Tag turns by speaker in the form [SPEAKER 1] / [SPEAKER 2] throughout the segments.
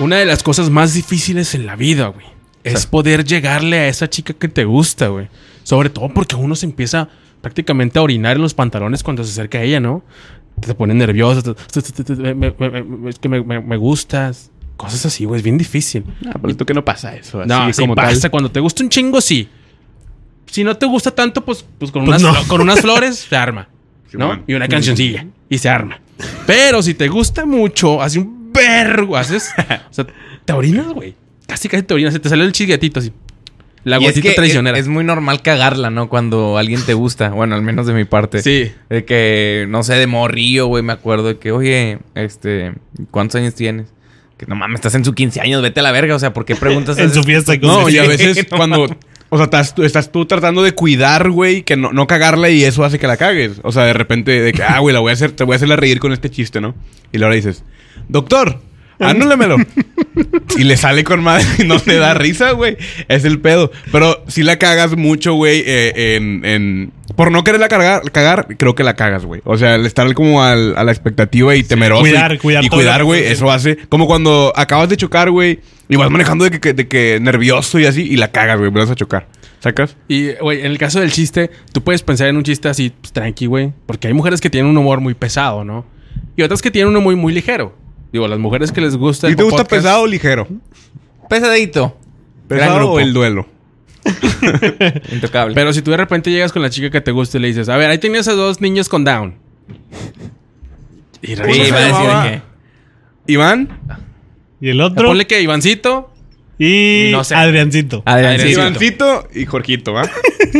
[SPEAKER 1] Una de las cosas más difíciles en la vida, güey, es poder llegarle a esa chica que te gusta, güey. Sobre todo porque uno se empieza prácticamente a orinar en los pantalones cuando se acerca a ella, ¿no? Te pone nervioso, te- te- te- te- me- me- me- es que me, me- me gustas, cosas así, güey, es bien difícil.
[SPEAKER 2] Ah, pero tú que no pasa eso. Así
[SPEAKER 1] No, sí
[SPEAKER 2] como
[SPEAKER 1] pasa.
[SPEAKER 2] tal.
[SPEAKER 1] Cuando te gusta un chingo, sí. Si no te gusta tanto, pues, pues con,
[SPEAKER 3] Pues
[SPEAKER 1] unas,
[SPEAKER 3] no.
[SPEAKER 1] flo- con unas flores se arma. ¿No?
[SPEAKER 4] Simón.
[SPEAKER 1] Y una cancioncilla. Y se arma. Pero si te gusta mucho, hace un vergo, haces. O sea, te orinas, güey. Casi casi te orinas. Se te sale el chisguetito así. La
[SPEAKER 5] Y es
[SPEAKER 1] gotita
[SPEAKER 5] que
[SPEAKER 1] traicionera.
[SPEAKER 5] Es, es muy normal cagarla, ¿no? Cuando alguien te gusta. Bueno, al menos de mi parte.
[SPEAKER 1] Sí.
[SPEAKER 5] De que, no sé, de morrillo, güey, me acuerdo de que, oye, este, ¿cuántos años tienes? Que no mames, estás en su 15 años, vete a la verga. O sea, ¿por qué preguntas
[SPEAKER 3] En
[SPEAKER 5] eso?
[SPEAKER 3] su fiesta. con-
[SPEAKER 2] No, y a
[SPEAKER 5] Sí,
[SPEAKER 2] veces
[SPEAKER 5] no
[SPEAKER 2] cuando. O sea, estás, tú- estás tú tratando de cuidar, güey, que no, no cagarla y eso hace que la cagues. O sea, de repente, de que, ah, güey, la voy a hacer, te voy a hacerla reír con este chiste, ¿no? Y luego le dices, doctor, anúlemelo. y le sale con madre y no te da risa, güey. Es el pedo. Pero si la cagas mucho, güey, eh, en, en- Por no quererla cargar, cagar, creo que la cagas, güey. O sea, el estar como al- a la expectativa y temeroso.
[SPEAKER 3] cuidar,
[SPEAKER 2] y,
[SPEAKER 3] cuidar
[SPEAKER 2] Y
[SPEAKER 3] todo
[SPEAKER 2] cuidar,
[SPEAKER 3] lo-
[SPEAKER 2] güey,
[SPEAKER 3] sí.
[SPEAKER 2] eso hace. Como cuando acabas de chocar, güey, y vas manejando de que, de que nervioso y así, y la cagas, güey, vas a chocar. ¿Sacas?
[SPEAKER 1] Y, güey, en el caso del chiste, tú puedes pensar en un chiste así, pues, tranqui, güey. Porque hay mujeres que tienen un humor muy pesado, ¿no? Y otras que tienen uno muy, muy ligero. Digo, las mujeres que les gusta.
[SPEAKER 2] ¿Y
[SPEAKER 1] el
[SPEAKER 2] te gusta
[SPEAKER 1] podcast-
[SPEAKER 2] pesado o ligero?
[SPEAKER 5] Pesadito. Gran
[SPEAKER 2] ¿Pesado
[SPEAKER 5] grupo.
[SPEAKER 2] o el duelo?
[SPEAKER 5] Intocable.
[SPEAKER 1] Pero si tú de repente llegas con la chica que te gusta y le dices, a ver, ahí tenías a dos niños con Down. Y
[SPEAKER 5] Sí,
[SPEAKER 1] regresa.
[SPEAKER 5] va a decir
[SPEAKER 2] llamaba?
[SPEAKER 5] de
[SPEAKER 2] ¿Iván?
[SPEAKER 3] Y el otro.
[SPEAKER 1] Ponle que Ivancito.
[SPEAKER 3] Y
[SPEAKER 1] No sé.
[SPEAKER 3] Adriancito.
[SPEAKER 5] que... Adriancito.
[SPEAKER 2] Ivancito y Jorgito, ¿va?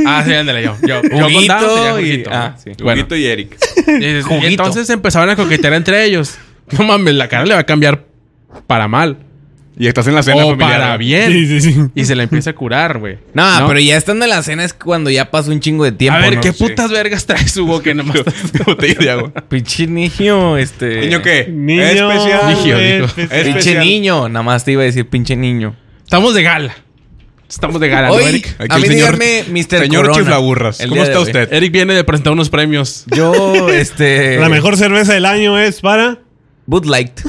[SPEAKER 1] Ah, sí, ándale, yo. Yo, yo con
[SPEAKER 5] Juguito
[SPEAKER 1] Down sería
[SPEAKER 5] y-
[SPEAKER 1] Juguito.
[SPEAKER 5] ah,
[SPEAKER 1] ¿no?
[SPEAKER 5] sí.
[SPEAKER 1] Bueno,
[SPEAKER 2] Jorgito y Eric.
[SPEAKER 1] y dices, y entonces empezaron a coquetear entre ellos. No mames, la cara le va a cambiar para mal.
[SPEAKER 2] Y estás en la cena
[SPEAKER 1] o
[SPEAKER 2] familiar.
[SPEAKER 1] para
[SPEAKER 2] ¿va?
[SPEAKER 1] bien.
[SPEAKER 3] Sí, sí, sí.
[SPEAKER 1] Y se la empieza a curar, güey.
[SPEAKER 5] No, pero ya estando en la cena es cuando ya pasó un chingo de tiempo.
[SPEAKER 1] A ver,
[SPEAKER 5] ¿no?
[SPEAKER 1] ¿qué putas vergas trae su boca? Nomás
[SPEAKER 2] Botella de agua.
[SPEAKER 5] Pinche niño, este.
[SPEAKER 2] ¿Niño qué?
[SPEAKER 3] Niño.
[SPEAKER 2] Especial.
[SPEAKER 1] Ligio, dijo.
[SPEAKER 3] especial.
[SPEAKER 5] Pinche
[SPEAKER 2] Especial.
[SPEAKER 5] niño. Nada más te iba a decir pinche niño.
[SPEAKER 1] Estamos de gala. Estamos de gala, ¿no,
[SPEAKER 5] Hoy,
[SPEAKER 1] Eric?
[SPEAKER 2] Aquí
[SPEAKER 5] a
[SPEAKER 2] el
[SPEAKER 5] mí
[SPEAKER 2] señor-
[SPEAKER 5] díganme, Mr.
[SPEAKER 2] Señor
[SPEAKER 5] Corona,
[SPEAKER 2] Chiflaburras,
[SPEAKER 5] el
[SPEAKER 2] ¿cómo
[SPEAKER 5] día de
[SPEAKER 2] está
[SPEAKER 5] hoy.
[SPEAKER 2] usted?
[SPEAKER 1] Eric viene de presentar unos premios.
[SPEAKER 5] Yo, este...
[SPEAKER 2] Eh.
[SPEAKER 3] La mejor cerveza del año es para.
[SPEAKER 5] Bud Light.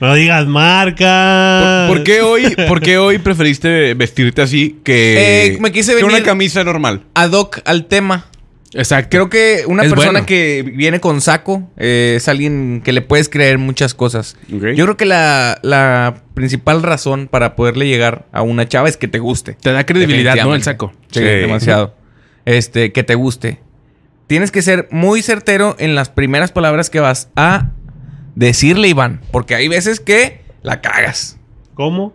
[SPEAKER 3] No digas marca.
[SPEAKER 2] ¿Por, por qué hoy, ¿Por qué hoy preferiste vestirte así que,
[SPEAKER 5] Eh, me quise
[SPEAKER 2] que una
[SPEAKER 5] venir-
[SPEAKER 2] camisa normal?
[SPEAKER 5] Ad hoc al tema.
[SPEAKER 1] Exacto.
[SPEAKER 5] Creo que una
[SPEAKER 1] Es
[SPEAKER 5] persona
[SPEAKER 1] bueno.
[SPEAKER 5] que viene con saco eh, es alguien que le puedes creer muchas cosas.
[SPEAKER 2] Ok.
[SPEAKER 5] Yo creo que la, la principal razón para poderle llegar a una chava es que te guste.
[SPEAKER 1] Te da credibilidad, ¿no? El
[SPEAKER 5] Definitivamente.
[SPEAKER 1] saco.
[SPEAKER 5] Sí,
[SPEAKER 2] Sí.
[SPEAKER 5] demasiado. Este, que te guste. Tienes que ser muy certero en las primeras palabras que vas a decirle, Iván. Porque hay veces que la cagas.
[SPEAKER 3] ¿Cómo?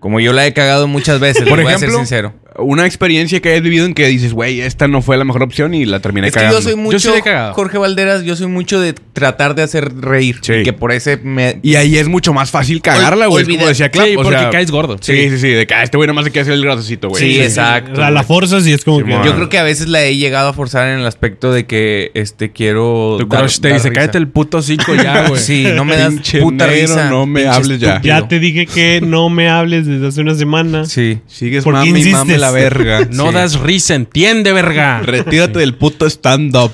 [SPEAKER 5] Como yo la he cagado muchas veces,
[SPEAKER 2] Por
[SPEAKER 5] le voy a ser
[SPEAKER 2] ejemplo,
[SPEAKER 5] sincero.
[SPEAKER 2] una experiencia que hayas vivido en que dices, güey, esta no fue la mejor opción y la terminé
[SPEAKER 5] Es que
[SPEAKER 2] cagando.
[SPEAKER 5] yo soy mucho,
[SPEAKER 1] sí le he cagado.
[SPEAKER 5] Jorge Valderas, yo soy mucho de tratar de hacer reír.
[SPEAKER 2] Sí.
[SPEAKER 5] Y que por ese me...
[SPEAKER 2] Y ahí es mucho más fácil cagarla,
[SPEAKER 5] Ol-
[SPEAKER 2] güey. Como
[SPEAKER 5] olvidar-
[SPEAKER 2] decía Clap.
[SPEAKER 1] Sí,
[SPEAKER 2] o
[SPEAKER 1] porque
[SPEAKER 2] sea,
[SPEAKER 1] caes gordo.
[SPEAKER 2] Sí, sí, sí. De que "Ah, este güey nomás se quiere hacer el grasosito, güey.
[SPEAKER 5] Sí, exacto.
[SPEAKER 3] O sea, la forzas y es como que.
[SPEAKER 2] Simón.
[SPEAKER 5] Yo creo que a veces la he llegado a forzar en el aspecto de que este quiero.
[SPEAKER 1] Tu
[SPEAKER 5] dar-
[SPEAKER 1] crush te
[SPEAKER 5] dar
[SPEAKER 1] dice,
[SPEAKER 5] risa.
[SPEAKER 1] cállate el puto hocico ya, güey.
[SPEAKER 5] Sí, no me das
[SPEAKER 2] Pinche
[SPEAKER 5] puta
[SPEAKER 2] negro,
[SPEAKER 5] risa.
[SPEAKER 2] no me
[SPEAKER 5] pinche
[SPEAKER 2] hables ya.
[SPEAKER 5] estúpido.
[SPEAKER 3] Ya te dije que no me hables desde hace una semana.
[SPEAKER 5] Sí.
[SPEAKER 2] Sigues
[SPEAKER 3] ¿Por qué
[SPEAKER 2] mami,
[SPEAKER 3] insistes?
[SPEAKER 2] mame la verga.
[SPEAKER 1] No
[SPEAKER 2] Sí.
[SPEAKER 1] das risa, entiende, verga.
[SPEAKER 2] Retírate del puto stand-up.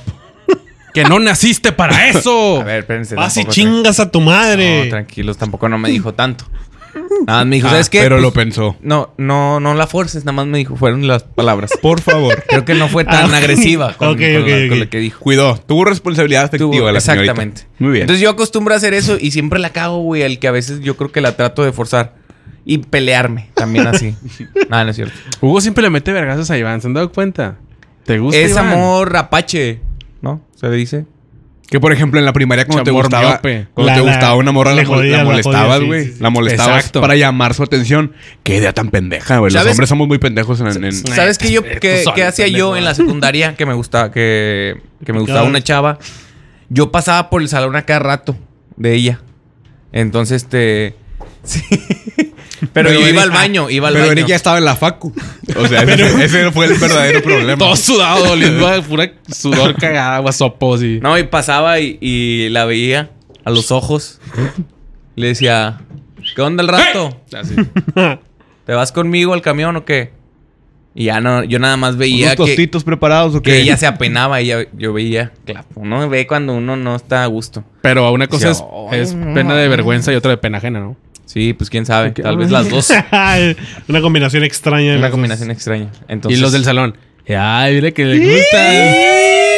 [SPEAKER 1] que no naciste para eso.
[SPEAKER 5] A ver, espérense.
[SPEAKER 3] Vas y
[SPEAKER 5] tampoco-
[SPEAKER 3] chingas a tu
[SPEAKER 5] No,
[SPEAKER 3] madre.
[SPEAKER 5] tranquilos, tampoco no me dijo tanto. Nada más me dijo, ¿sabes qué?
[SPEAKER 2] Ah, Pero
[SPEAKER 5] Pues,
[SPEAKER 2] lo pensó.
[SPEAKER 5] No, no, no la fuerces, nada más me dijo, fueron las palabras.
[SPEAKER 2] Por favor.
[SPEAKER 5] Creo que no fue tan
[SPEAKER 3] Ah,
[SPEAKER 5] agresiva con,
[SPEAKER 3] ok,
[SPEAKER 5] con
[SPEAKER 3] ok,
[SPEAKER 5] la- con
[SPEAKER 3] ok.
[SPEAKER 5] lo que dijo.
[SPEAKER 2] Cuidó. Tuvo responsabilidad
[SPEAKER 5] Tú,
[SPEAKER 2] afectiva la señorita.
[SPEAKER 5] exactamente.
[SPEAKER 2] Muy bien.
[SPEAKER 5] Entonces yo acostumbro a hacer eso y siempre la cago, güey, al que a veces yo creo que la trato de forzar. Y pelearme también así. Nada, no es cierto.
[SPEAKER 1] Hugo siempre le mete vergazos a Iván, ¿se han dado cuenta? ¿Te gusta?
[SPEAKER 5] Es
[SPEAKER 1] Iván?
[SPEAKER 5] amor apache, ¿no? Se le dice.
[SPEAKER 2] que por ejemplo en la primaria cuando te
[SPEAKER 1] Chamor
[SPEAKER 2] gustaba,
[SPEAKER 1] miope.
[SPEAKER 2] cuando
[SPEAKER 3] La-
[SPEAKER 2] te
[SPEAKER 3] la-
[SPEAKER 2] gustaba una morra la,
[SPEAKER 3] le
[SPEAKER 2] mol-
[SPEAKER 3] jodía,
[SPEAKER 2] la
[SPEAKER 3] la
[SPEAKER 2] molestabas,
[SPEAKER 3] jodía, sí,
[SPEAKER 2] güey.
[SPEAKER 3] sí, sí.
[SPEAKER 2] La molestabas
[SPEAKER 1] Exacto.
[SPEAKER 2] para llamar su atención. Qué idea tan pendeja, güey. Los
[SPEAKER 5] ¿Sabes?
[SPEAKER 2] hombres somos muy pendejos en, en- en-
[SPEAKER 5] ¿Sabes qué yo
[SPEAKER 1] estos
[SPEAKER 5] qué-
[SPEAKER 1] son
[SPEAKER 5] qué
[SPEAKER 1] los
[SPEAKER 5] hacía yo
[SPEAKER 1] pendejos.
[SPEAKER 5] en la secundaria que me gustaba que, que me gustaba
[SPEAKER 3] Picabas.
[SPEAKER 5] una chava? Yo pasaba por el salón a cada rato de ella. Entonces este sí. Pero, yo
[SPEAKER 2] Eric-
[SPEAKER 5] iba al baño, iba al
[SPEAKER 2] Pero
[SPEAKER 5] baño.
[SPEAKER 2] Eric ya estaba en la facu. O sea, ese, ese fue el verdadero problema.
[SPEAKER 1] Todo sudado, doliendo a pura sudor cagada, agua sopos y...
[SPEAKER 5] No, y pasaba y, y la veía a los ojos. Le decía, ¿qué onda el rato? ¿Te vas conmigo al camión o qué? Y ya no, yo nada más
[SPEAKER 2] Unos
[SPEAKER 5] veía que,
[SPEAKER 2] tostitos preparados o
[SPEAKER 5] que
[SPEAKER 2] qué?
[SPEAKER 5] ella se apenaba. Ella, yo veía, claro, uno ve cuando uno no está a gusto.
[SPEAKER 1] Pero una cosa
[SPEAKER 5] Sí,
[SPEAKER 1] es, es
[SPEAKER 5] ay, no
[SPEAKER 1] pena de
[SPEAKER 5] mames.
[SPEAKER 1] vergüenza y otra de pena ajena, ¿no?
[SPEAKER 5] Sí, pues quién sabe,
[SPEAKER 1] Ok,
[SPEAKER 5] tal
[SPEAKER 1] a
[SPEAKER 5] vez
[SPEAKER 1] ver.
[SPEAKER 5] las dos.
[SPEAKER 3] Una combinación extraña. de
[SPEAKER 5] Una
[SPEAKER 3] las dos.
[SPEAKER 5] combinación extraña. Entonces,
[SPEAKER 1] y los del salón. "Eh, Ay, mire que le gustan.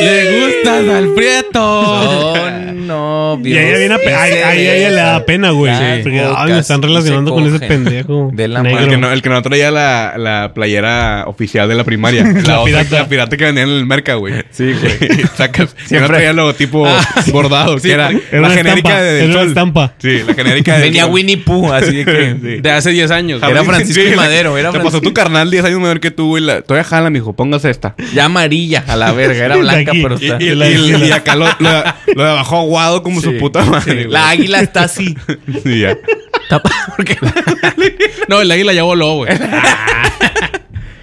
[SPEAKER 1] le gustan al prieto.
[SPEAKER 5] No, no,
[SPEAKER 3] Y a ella viene a pe- ay, ay, a ella le da pena, güey.
[SPEAKER 5] Sí.
[SPEAKER 3] Porque, ay,
[SPEAKER 5] Pocas
[SPEAKER 3] me están relacionando
[SPEAKER 5] se
[SPEAKER 3] con ese
[SPEAKER 5] cogen.
[SPEAKER 3] pendejo.
[SPEAKER 5] De la
[SPEAKER 2] El
[SPEAKER 5] mano.
[SPEAKER 2] que, no, el que no traía la, la playera oficial de la primaria. La, otra-
[SPEAKER 3] pirata.
[SPEAKER 2] la pirata que vendían en el merca, güey. Sí, güey. Sacas. Que no
[SPEAKER 5] Siempre.
[SPEAKER 2] traía el logotipo bordado. que era,
[SPEAKER 3] Era
[SPEAKER 2] la
[SPEAKER 3] una
[SPEAKER 2] genérica
[SPEAKER 3] estampa,
[SPEAKER 2] de
[SPEAKER 3] era una
[SPEAKER 2] Sol.
[SPEAKER 3] estampa.
[SPEAKER 2] Sí, la genérica de
[SPEAKER 5] Venía
[SPEAKER 2] Sol.
[SPEAKER 5] Winnie Pooh, así de que.
[SPEAKER 2] Sí.
[SPEAKER 1] De hace 10 años. güey.
[SPEAKER 5] Era Francisco y
[SPEAKER 2] la-
[SPEAKER 5] Madero, era
[SPEAKER 2] Te pasó
[SPEAKER 5] Francisco.
[SPEAKER 2] tu carnal 10 años menor que tú, güey. la- Todavía jala, mijo. Póngase esta.
[SPEAKER 5] Ya amarilla, a la verga. Era blanca,
[SPEAKER 3] aquí.
[SPEAKER 5] pero
[SPEAKER 2] Y,
[SPEAKER 5] está.
[SPEAKER 2] y-
[SPEAKER 3] La-
[SPEAKER 2] y- y acá lo, lo, lo de abajo aguado como su
[SPEAKER 5] Sí,
[SPEAKER 2] puta
[SPEAKER 5] sí,
[SPEAKER 2] madre.
[SPEAKER 5] La
[SPEAKER 2] güey.
[SPEAKER 5] águila está así.
[SPEAKER 2] Sí, ya.
[SPEAKER 5] Tapa- porque-
[SPEAKER 1] No, el águila ya voló, güey.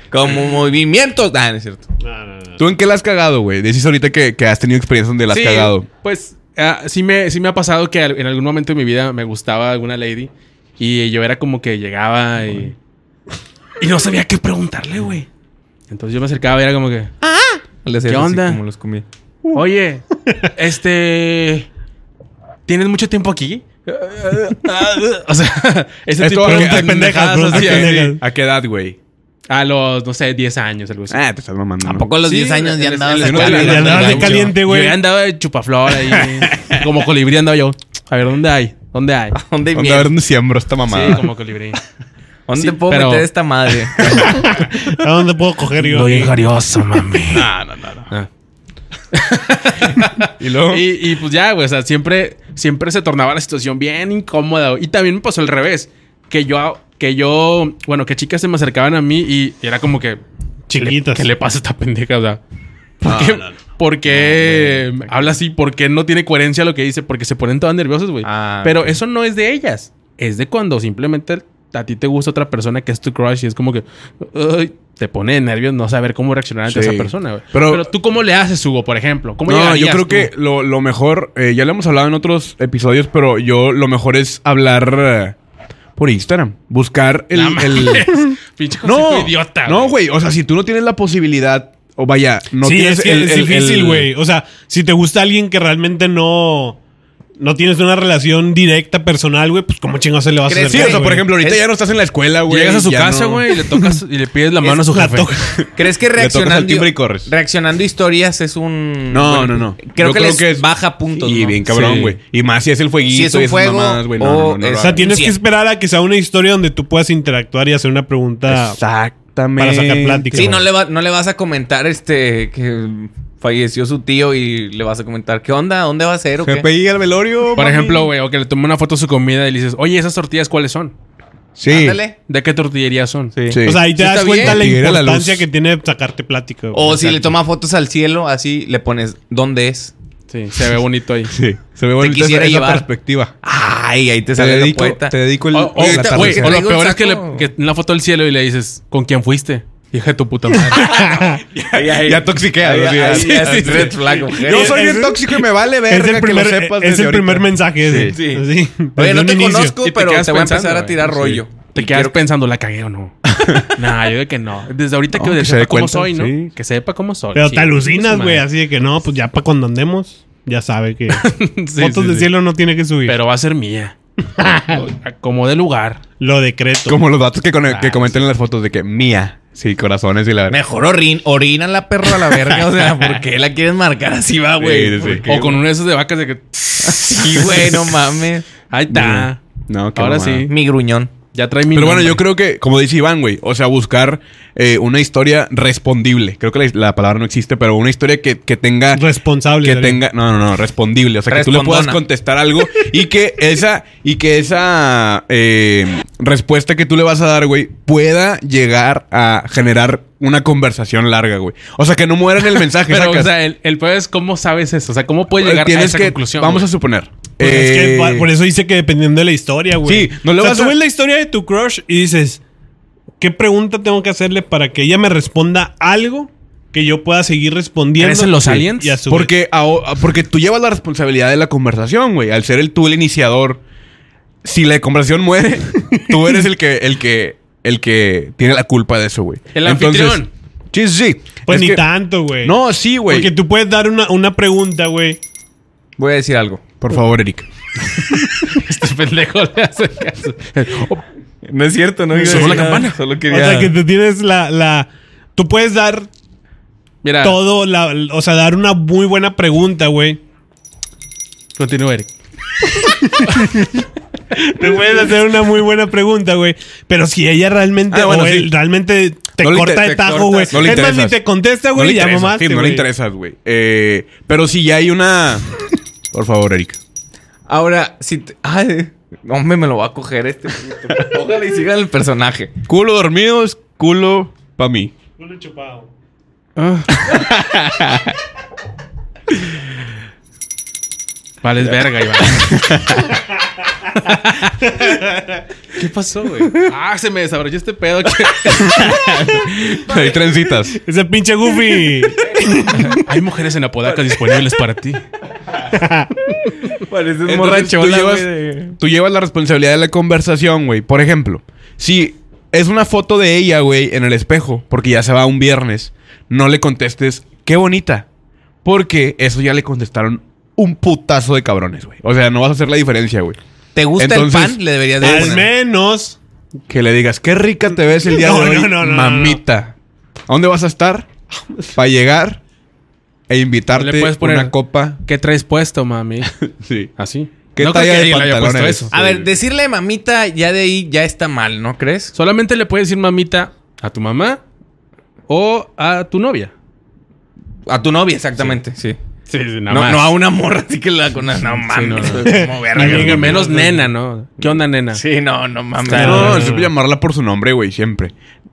[SPEAKER 5] Como movimientos. Ah, no es cierto.
[SPEAKER 3] No, no, no.
[SPEAKER 2] ¿Tú en qué la has cagado, güey? Decís ahorita que, que has tenido experiencia donde la has
[SPEAKER 1] Sí,
[SPEAKER 2] cagado.
[SPEAKER 1] Pues ah, sí, me, sí me ha pasado que al- en algún momento de mi vida me gustaba alguna lady y yo era como que llegaba y, y no sabía qué preguntarle, güey. Entonces yo me acercaba y era como que,
[SPEAKER 5] Le hacía
[SPEAKER 1] ¿Qué
[SPEAKER 5] así
[SPEAKER 1] onda?
[SPEAKER 5] Como los comí.
[SPEAKER 1] oye, este, ¿tienes mucho tiempo aquí? o sea, ese
[SPEAKER 2] Esto
[SPEAKER 1] tipo de
[SPEAKER 2] a,
[SPEAKER 1] preguntas
[SPEAKER 2] a- pendejadas,
[SPEAKER 1] pendejadas
[SPEAKER 2] así,
[SPEAKER 1] así,
[SPEAKER 3] pendejas.
[SPEAKER 2] así. ¿A qué edad, güey?
[SPEAKER 1] a los, no sé, 10 años, algo así.
[SPEAKER 2] Ah, te estás mamando.
[SPEAKER 5] ¿A
[SPEAKER 2] ¿no?
[SPEAKER 5] poco a los
[SPEAKER 1] Sí,
[SPEAKER 5] 10 años ya
[SPEAKER 1] en- en-
[SPEAKER 5] andabas
[SPEAKER 1] en-
[SPEAKER 5] acá?
[SPEAKER 1] en-
[SPEAKER 3] Ya
[SPEAKER 1] en- en-
[SPEAKER 3] andabas de
[SPEAKER 1] en-
[SPEAKER 3] caliente, güey.
[SPEAKER 1] Yo ya andaba de chupaflor ahí. como colibrí andaba yo. A ver, ¿dónde hay? ¿Dónde hay?
[SPEAKER 5] ¿Dónde
[SPEAKER 2] Onda, a ver
[SPEAKER 5] mierda?
[SPEAKER 2] dónde siembro esta mamada.
[SPEAKER 1] Sí, como colibrí.
[SPEAKER 5] ¿Dónde
[SPEAKER 1] sí,
[SPEAKER 5] puedo
[SPEAKER 1] pero-
[SPEAKER 5] meter esta madre?
[SPEAKER 3] ¿A dónde puedo coger yo? aquí?
[SPEAKER 1] injurioso, mami.
[SPEAKER 2] No, no, no. no. y luego.
[SPEAKER 1] Y, y pues ya, güey, o sea, siempre, siempre se tornaba la situación bien incómoda. güey. Y también me pasó al revés. Que yo, que yo, bueno, que chicas se me acercaban a mí y, y era como que,
[SPEAKER 3] Chiquitas.
[SPEAKER 1] ¿qué le pasa a esta pendeja? O sea, ¿por qué, por qué habla así? ¿Por qué no tiene coherencia lo que dice? Porque se ponen todas nerviosas, güey.
[SPEAKER 5] Ah,
[SPEAKER 1] Pero eso no es de ellas. Es de cuando simplemente a ti te gusta otra persona que es tu crush y es como que "Ay", te pone de nervios no saber cómo reaccionar ante
[SPEAKER 2] Sí.
[SPEAKER 1] esa persona, güey.
[SPEAKER 2] Pero-
[SPEAKER 1] Pero, tú cómo le haces, Hugo, por ejemplo? ¿Cómo
[SPEAKER 2] No, yo
[SPEAKER 1] llegarías
[SPEAKER 2] creo
[SPEAKER 1] tú?
[SPEAKER 2] que lo, lo mejor, eh, ya lo hemos hablado en otros episodios, pero yo lo mejor es hablar eh, por Instagram. Buscar el.
[SPEAKER 1] No
[SPEAKER 2] el-
[SPEAKER 1] mames. Pinche consejo
[SPEAKER 2] no,
[SPEAKER 1] idiota.
[SPEAKER 2] no, güey. O sea, si tú no tienes la posibilidad, o vaya, no
[SPEAKER 3] sí,
[SPEAKER 2] tienes
[SPEAKER 3] es, que
[SPEAKER 2] el-
[SPEAKER 3] es
[SPEAKER 2] el-
[SPEAKER 3] difícil,
[SPEAKER 2] el-
[SPEAKER 3] güey. O sea, si te gusta alguien que realmente no... No tienes una relación directa, personal, güey, pues cómo chingados se le vas a hacer.
[SPEAKER 5] ¿Crees?
[SPEAKER 2] Sí, o sea, por ejemplo, ahorita
[SPEAKER 5] Es-
[SPEAKER 2] ya no estás en la escuela, güey.
[SPEAKER 1] Llegas a su
[SPEAKER 2] ya
[SPEAKER 1] casa,
[SPEAKER 2] no-
[SPEAKER 1] güey, y le tocas y le pides la mano a su
[SPEAKER 3] la
[SPEAKER 1] jefe.
[SPEAKER 3] toca.
[SPEAKER 5] ¿Crees que
[SPEAKER 2] tocas al
[SPEAKER 5] reaccionando,
[SPEAKER 2] timbre y corres.
[SPEAKER 5] reaccionando historias es un.
[SPEAKER 2] No, no, no.
[SPEAKER 5] Creo
[SPEAKER 2] Yo
[SPEAKER 5] que
[SPEAKER 2] creo
[SPEAKER 5] les
[SPEAKER 2] que es-
[SPEAKER 5] baja puntos.
[SPEAKER 2] Y
[SPEAKER 5] ¿no?
[SPEAKER 2] bien cabrón,
[SPEAKER 1] Sí.
[SPEAKER 2] güey. Y más si es el fueguito
[SPEAKER 5] Si es un
[SPEAKER 2] y esas
[SPEAKER 5] fuego
[SPEAKER 2] mamadas, güey. No,
[SPEAKER 5] o
[SPEAKER 2] no, no, no,
[SPEAKER 5] es-
[SPEAKER 2] no.
[SPEAKER 3] O sea, tienes
[SPEAKER 5] Sí.
[SPEAKER 3] que esperar a que sea una historia donde tú puedas interactuar y hacer una pregunta.
[SPEAKER 2] Exactamente.
[SPEAKER 3] Para sacar plática.
[SPEAKER 5] Sí,
[SPEAKER 3] güey.
[SPEAKER 5] no le, va- no le vas a comentar este que falleció su tío y le vas a comentar, ¿qué onda? ¿Dónde va a ser? o qué?"
[SPEAKER 2] GPI al velorio.
[SPEAKER 1] Por
[SPEAKER 2] mami.
[SPEAKER 1] ejemplo, güey, o que le tome una foto a su comida y le dices, oye, ¿esas tortillas cuáles son?
[SPEAKER 2] Sí.
[SPEAKER 5] Ándale.
[SPEAKER 1] ¿De qué tortillería son?
[SPEAKER 2] Sí.
[SPEAKER 3] O sea, ahí te
[SPEAKER 5] Sí,
[SPEAKER 3] das
[SPEAKER 5] está
[SPEAKER 3] cuenta
[SPEAKER 5] bien.
[SPEAKER 3] la
[SPEAKER 2] Tira la luz.
[SPEAKER 3] importancia que tiene sacarte plática. güey.
[SPEAKER 5] O si le toma fotos al cielo, así le pones, ¿dónde es?
[SPEAKER 1] Sí, se ve bonito ahí.
[SPEAKER 2] Sí. Se ve bonita
[SPEAKER 5] quisiera
[SPEAKER 2] esa, esa
[SPEAKER 5] llevar.
[SPEAKER 2] perspectiva.
[SPEAKER 5] Ay, ahí te
[SPEAKER 2] Te
[SPEAKER 5] sale la Oh,
[SPEAKER 2] dedico,
[SPEAKER 5] poeta.
[SPEAKER 2] te dedico el,
[SPEAKER 1] O, o-
[SPEAKER 2] el
[SPEAKER 5] ahorita,
[SPEAKER 2] atardecer.
[SPEAKER 1] güey, o lo
[SPEAKER 5] Traigo el
[SPEAKER 1] peor es que,
[SPEAKER 5] saco.
[SPEAKER 1] le, que en la foto del cielo y le dices, ¿con quién fuiste? Hija de tu puta madre.
[SPEAKER 2] Ya toxiquea.
[SPEAKER 5] Ahí-
[SPEAKER 2] ¿no? Sí,
[SPEAKER 5] ahí-
[SPEAKER 2] sí,
[SPEAKER 5] ahí-
[SPEAKER 2] sí,
[SPEAKER 5] ahí-
[SPEAKER 2] sí.
[SPEAKER 5] red flag, mujer.
[SPEAKER 2] Yo soy
[SPEAKER 3] Es-
[SPEAKER 2] bien
[SPEAKER 3] es-
[SPEAKER 2] tóxico y me vale
[SPEAKER 3] es
[SPEAKER 2] verga
[SPEAKER 3] el
[SPEAKER 2] que lo
[SPEAKER 3] primer,
[SPEAKER 2] sepas.
[SPEAKER 3] es
[SPEAKER 2] desde
[SPEAKER 3] el primer
[SPEAKER 2] ahorita.
[SPEAKER 3] mensaje.
[SPEAKER 2] Sí.
[SPEAKER 3] ese. Así,
[SPEAKER 5] Sí. Oye,
[SPEAKER 3] desde
[SPEAKER 5] no
[SPEAKER 3] un
[SPEAKER 5] te
[SPEAKER 3] inicio.
[SPEAKER 5] conozco,
[SPEAKER 1] Y te
[SPEAKER 5] pero te voy
[SPEAKER 1] quedas
[SPEAKER 5] a empezar
[SPEAKER 1] pensando,
[SPEAKER 5] a tirar
[SPEAKER 1] güey.
[SPEAKER 5] rollo.
[SPEAKER 1] Te
[SPEAKER 5] Y
[SPEAKER 1] quedas
[SPEAKER 5] quiero-
[SPEAKER 1] pensando, ¿la cagué o no? nah, yo de que no. Desde ahorita
[SPEAKER 2] No,
[SPEAKER 1] que,
[SPEAKER 2] que se
[SPEAKER 1] sepa
[SPEAKER 2] dé
[SPEAKER 1] cómo
[SPEAKER 2] cuenta,
[SPEAKER 1] soy, ¿no?
[SPEAKER 2] sí.
[SPEAKER 1] Que sepa cómo soy.
[SPEAKER 3] Pero
[SPEAKER 1] Sí,
[SPEAKER 3] te alucinas,
[SPEAKER 1] madre.
[SPEAKER 3] güey. Así de que no, pues ya para cuando andemos, ya sabe que
[SPEAKER 1] Sí,
[SPEAKER 3] fotos
[SPEAKER 1] sí,
[SPEAKER 3] de
[SPEAKER 1] sí.
[SPEAKER 3] cielo no tiene que subir.
[SPEAKER 1] Pero va a ser mía. Como de lugar.
[SPEAKER 3] Lo decreto.
[SPEAKER 2] Como los datos que, con- que comentan en las fotos de que mía. Sí, corazones y la verdad.
[SPEAKER 5] Mejor orin, orina la perra a la verga. O sea, ¿por qué la quieres marcar así, va, güey?
[SPEAKER 2] Sí, sí, sí.
[SPEAKER 5] O
[SPEAKER 1] O con uno de esos de vacas de que.
[SPEAKER 5] Sí, güey, no mames.
[SPEAKER 1] Ahí está.
[SPEAKER 2] No, qué
[SPEAKER 1] Ahora
[SPEAKER 2] mamada.
[SPEAKER 1] sí.
[SPEAKER 5] Mi gruñón.
[SPEAKER 1] Ya trae mi.
[SPEAKER 2] Pero bueno,
[SPEAKER 1] nombre.
[SPEAKER 2] yo creo que, como dice Iván, güey, o sea, buscar eh, una historia respondible. Creo que la, la palabra no existe, pero una historia que, que tenga.
[SPEAKER 3] Responsable.
[SPEAKER 2] que
[SPEAKER 3] dale.
[SPEAKER 2] tenga. No, no, no, respondible. O sea, que tú le
[SPEAKER 5] Respondona.
[SPEAKER 2] puedas contestar algo y que esa. Y que esa eh, respuesta que tú le vas a dar, güey, pueda llegar a generar una conversación larga, güey. O sea, que no muera en el mensaje.
[SPEAKER 1] Pero,
[SPEAKER 2] sacas.
[SPEAKER 1] o sea, el, el peor es cómo sabes eso. O sea, cómo puedes llegar a
[SPEAKER 2] Tienes
[SPEAKER 1] esa
[SPEAKER 2] que-
[SPEAKER 1] conclusión.
[SPEAKER 2] Vamos a suponer.
[SPEAKER 3] Pues es que
[SPEAKER 2] eh,
[SPEAKER 3] va- por eso dice que dependiendo de la historia, güey.
[SPEAKER 2] Sí, no le
[SPEAKER 3] o sea,
[SPEAKER 2] vas
[SPEAKER 3] tú
[SPEAKER 2] a-
[SPEAKER 3] ves la historia de tu crush y dices, ¿qué pregunta tengo que hacerle para que ella me responda algo que yo pueda seguir respondiendo?
[SPEAKER 1] ¿Crees en los
[SPEAKER 3] Sí.
[SPEAKER 1] aliens?
[SPEAKER 3] Y a su vez-
[SPEAKER 2] Porque, aho- porque tú llevas la responsabilidad de la conversación, güey. Al ser el tú el iniciador, si la conversación muere, tú eres el que, el que el que tiene la culpa de eso, güey.
[SPEAKER 1] El anfitrión.
[SPEAKER 2] Sí, sí, sí.
[SPEAKER 3] Pues
[SPEAKER 2] Es
[SPEAKER 3] ni
[SPEAKER 2] que-
[SPEAKER 3] tanto, güey.
[SPEAKER 2] No, sí, güey.
[SPEAKER 3] Porque tú puedes dar una, una pregunta, güey.
[SPEAKER 5] Voy a decir algo.
[SPEAKER 2] Por favor, Eric.
[SPEAKER 1] Este pendejo le hace caso.
[SPEAKER 5] No es cierto, no.
[SPEAKER 1] Sonó la campana.
[SPEAKER 5] Solo
[SPEAKER 3] O
[SPEAKER 5] quería.
[SPEAKER 3] sea, que tú tienes la, la... Tú puedes dar
[SPEAKER 1] Mira,
[SPEAKER 3] todo, la, o sea, dar una muy buena pregunta, güey.
[SPEAKER 1] continúa, Eric.
[SPEAKER 3] Te puedes hacer una muy buena pregunta, güey. Pero si ella realmente,
[SPEAKER 2] Ah, bueno,
[SPEAKER 3] o
[SPEAKER 2] sí.
[SPEAKER 3] él realmente te
[SPEAKER 2] No le
[SPEAKER 3] corta
[SPEAKER 2] inter-
[SPEAKER 3] de
[SPEAKER 2] te
[SPEAKER 3] tajo, güey.
[SPEAKER 2] cortas. No le
[SPEAKER 3] es más,
[SPEAKER 2] interesas.
[SPEAKER 3] ni te contesta,
[SPEAKER 2] no le
[SPEAKER 3] güey, ya
[SPEAKER 2] interesas,
[SPEAKER 3] mamaste,
[SPEAKER 2] sí, no le
[SPEAKER 3] güey.
[SPEAKER 2] interesas, güey. Eh, pero si ya hay una... Por favor, Eric.
[SPEAKER 5] Ahora, si. te- Ay, hombre, me lo va a coger este. puto. Ojalá y siga el personaje.
[SPEAKER 2] Culo dormidos, culo pa' mí.
[SPEAKER 3] Culo chupado.
[SPEAKER 1] Vale, es verga, Iván. ¿Qué pasó, güey? Ah, se me desabrochó este pedo.
[SPEAKER 2] Hay trencitas.
[SPEAKER 3] Ese pinche Goofy.
[SPEAKER 1] Hay mujeres en Apodaca disponibles para ti.
[SPEAKER 5] Parece un
[SPEAKER 2] Entonces, tú, llevas, tú llevas la responsabilidad de la conversación, güey. Por ejemplo, si es una foto de ella, güey, en el espejo, porque ya se va un viernes, no le contestes, qué bonita. Porque eso ya le contestaron un putazo de cabrones, güey. O sea, no vas a hacer la diferencia, güey.
[SPEAKER 5] ¿Te gusta
[SPEAKER 2] Entonces,
[SPEAKER 5] el pan? Le deberías de
[SPEAKER 3] Al
[SPEAKER 5] poner.
[SPEAKER 3] menos.
[SPEAKER 2] Que le digas, qué rica te ves el día
[SPEAKER 3] No,
[SPEAKER 2] de hoy,
[SPEAKER 3] no, no, no,
[SPEAKER 2] mamita. ¿A dónde vas a estar? Para llegar e invitarte
[SPEAKER 1] Le puedes poner-
[SPEAKER 2] una copa.
[SPEAKER 1] ¿Qué traes puesto, mami?
[SPEAKER 2] Sí.
[SPEAKER 1] Así.
[SPEAKER 2] ¿Qué
[SPEAKER 1] creo
[SPEAKER 2] talla de
[SPEAKER 1] alguien le haya puesto Ah,
[SPEAKER 2] pantalones?
[SPEAKER 5] A ver, decirle mamita ya de ahí ya está mal, ¿no crees?
[SPEAKER 1] Solamente le puedes decir mamita a tu mamá o a tu novia.
[SPEAKER 5] A tu novia, exactamente, sí.
[SPEAKER 1] Sí, sí,
[SPEAKER 5] No, no a una morra, así que la con No mames,
[SPEAKER 1] no, no.
[SPEAKER 5] güey, como verga, güey.
[SPEAKER 1] menos nena, ¿no? ¿Qué onda, nena?
[SPEAKER 5] Sí, no, no mames.
[SPEAKER 3] Está-
[SPEAKER 2] No,
[SPEAKER 3] no,
[SPEAKER 2] no,
[SPEAKER 3] no,
[SPEAKER 2] siempre
[SPEAKER 3] no.
[SPEAKER 2] llamarla por su nombre, güey, siempre.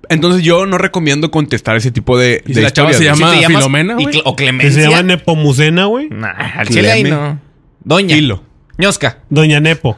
[SPEAKER 2] Entonces yo no recomiendo contestar ese tipo de,
[SPEAKER 1] ¿Y
[SPEAKER 2] de
[SPEAKER 1] si la chava
[SPEAKER 2] historias,
[SPEAKER 1] se
[SPEAKER 2] güey.
[SPEAKER 1] llama
[SPEAKER 5] Si te llamas
[SPEAKER 1] Filomena,
[SPEAKER 5] y
[SPEAKER 1] güey?
[SPEAKER 5] Cle- o
[SPEAKER 3] Que
[SPEAKER 5] Clemencia.
[SPEAKER 3] se llama Nepomucena, güey.
[SPEAKER 5] Nah, al chile ahí
[SPEAKER 2] Cleme.
[SPEAKER 5] no. Doña.
[SPEAKER 2] Filo.
[SPEAKER 5] Ñosca.
[SPEAKER 3] Doña Nepo.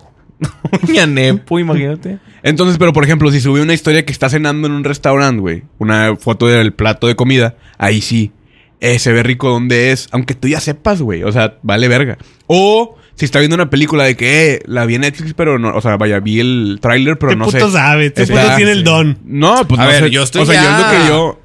[SPEAKER 5] Doña Nepo, imagínate.
[SPEAKER 2] Entonces, pero por ejemplo, si sube una historia que está cenando en un restaurante, güey, una foto del plato de comida, ahí sí, eh, se ve rico donde es, aunque tú ya sepas, güey, o sea, vale verga. O si está viendo una película de que eh, la vi en Netflix, pero no, o sea, vaya, vi el tráiler, pero
[SPEAKER 3] ¿Qué
[SPEAKER 2] no sé.
[SPEAKER 3] puto sabe? Este
[SPEAKER 2] Está-
[SPEAKER 3] puto tiene el don.
[SPEAKER 2] No, pues
[SPEAKER 5] A
[SPEAKER 2] no
[SPEAKER 5] ver,
[SPEAKER 2] sé.
[SPEAKER 5] yo estoy
[SPEAKER 2] O sea,
[SPEAKER 5] ya-
[SPEAKER 2] yo es lo que yo...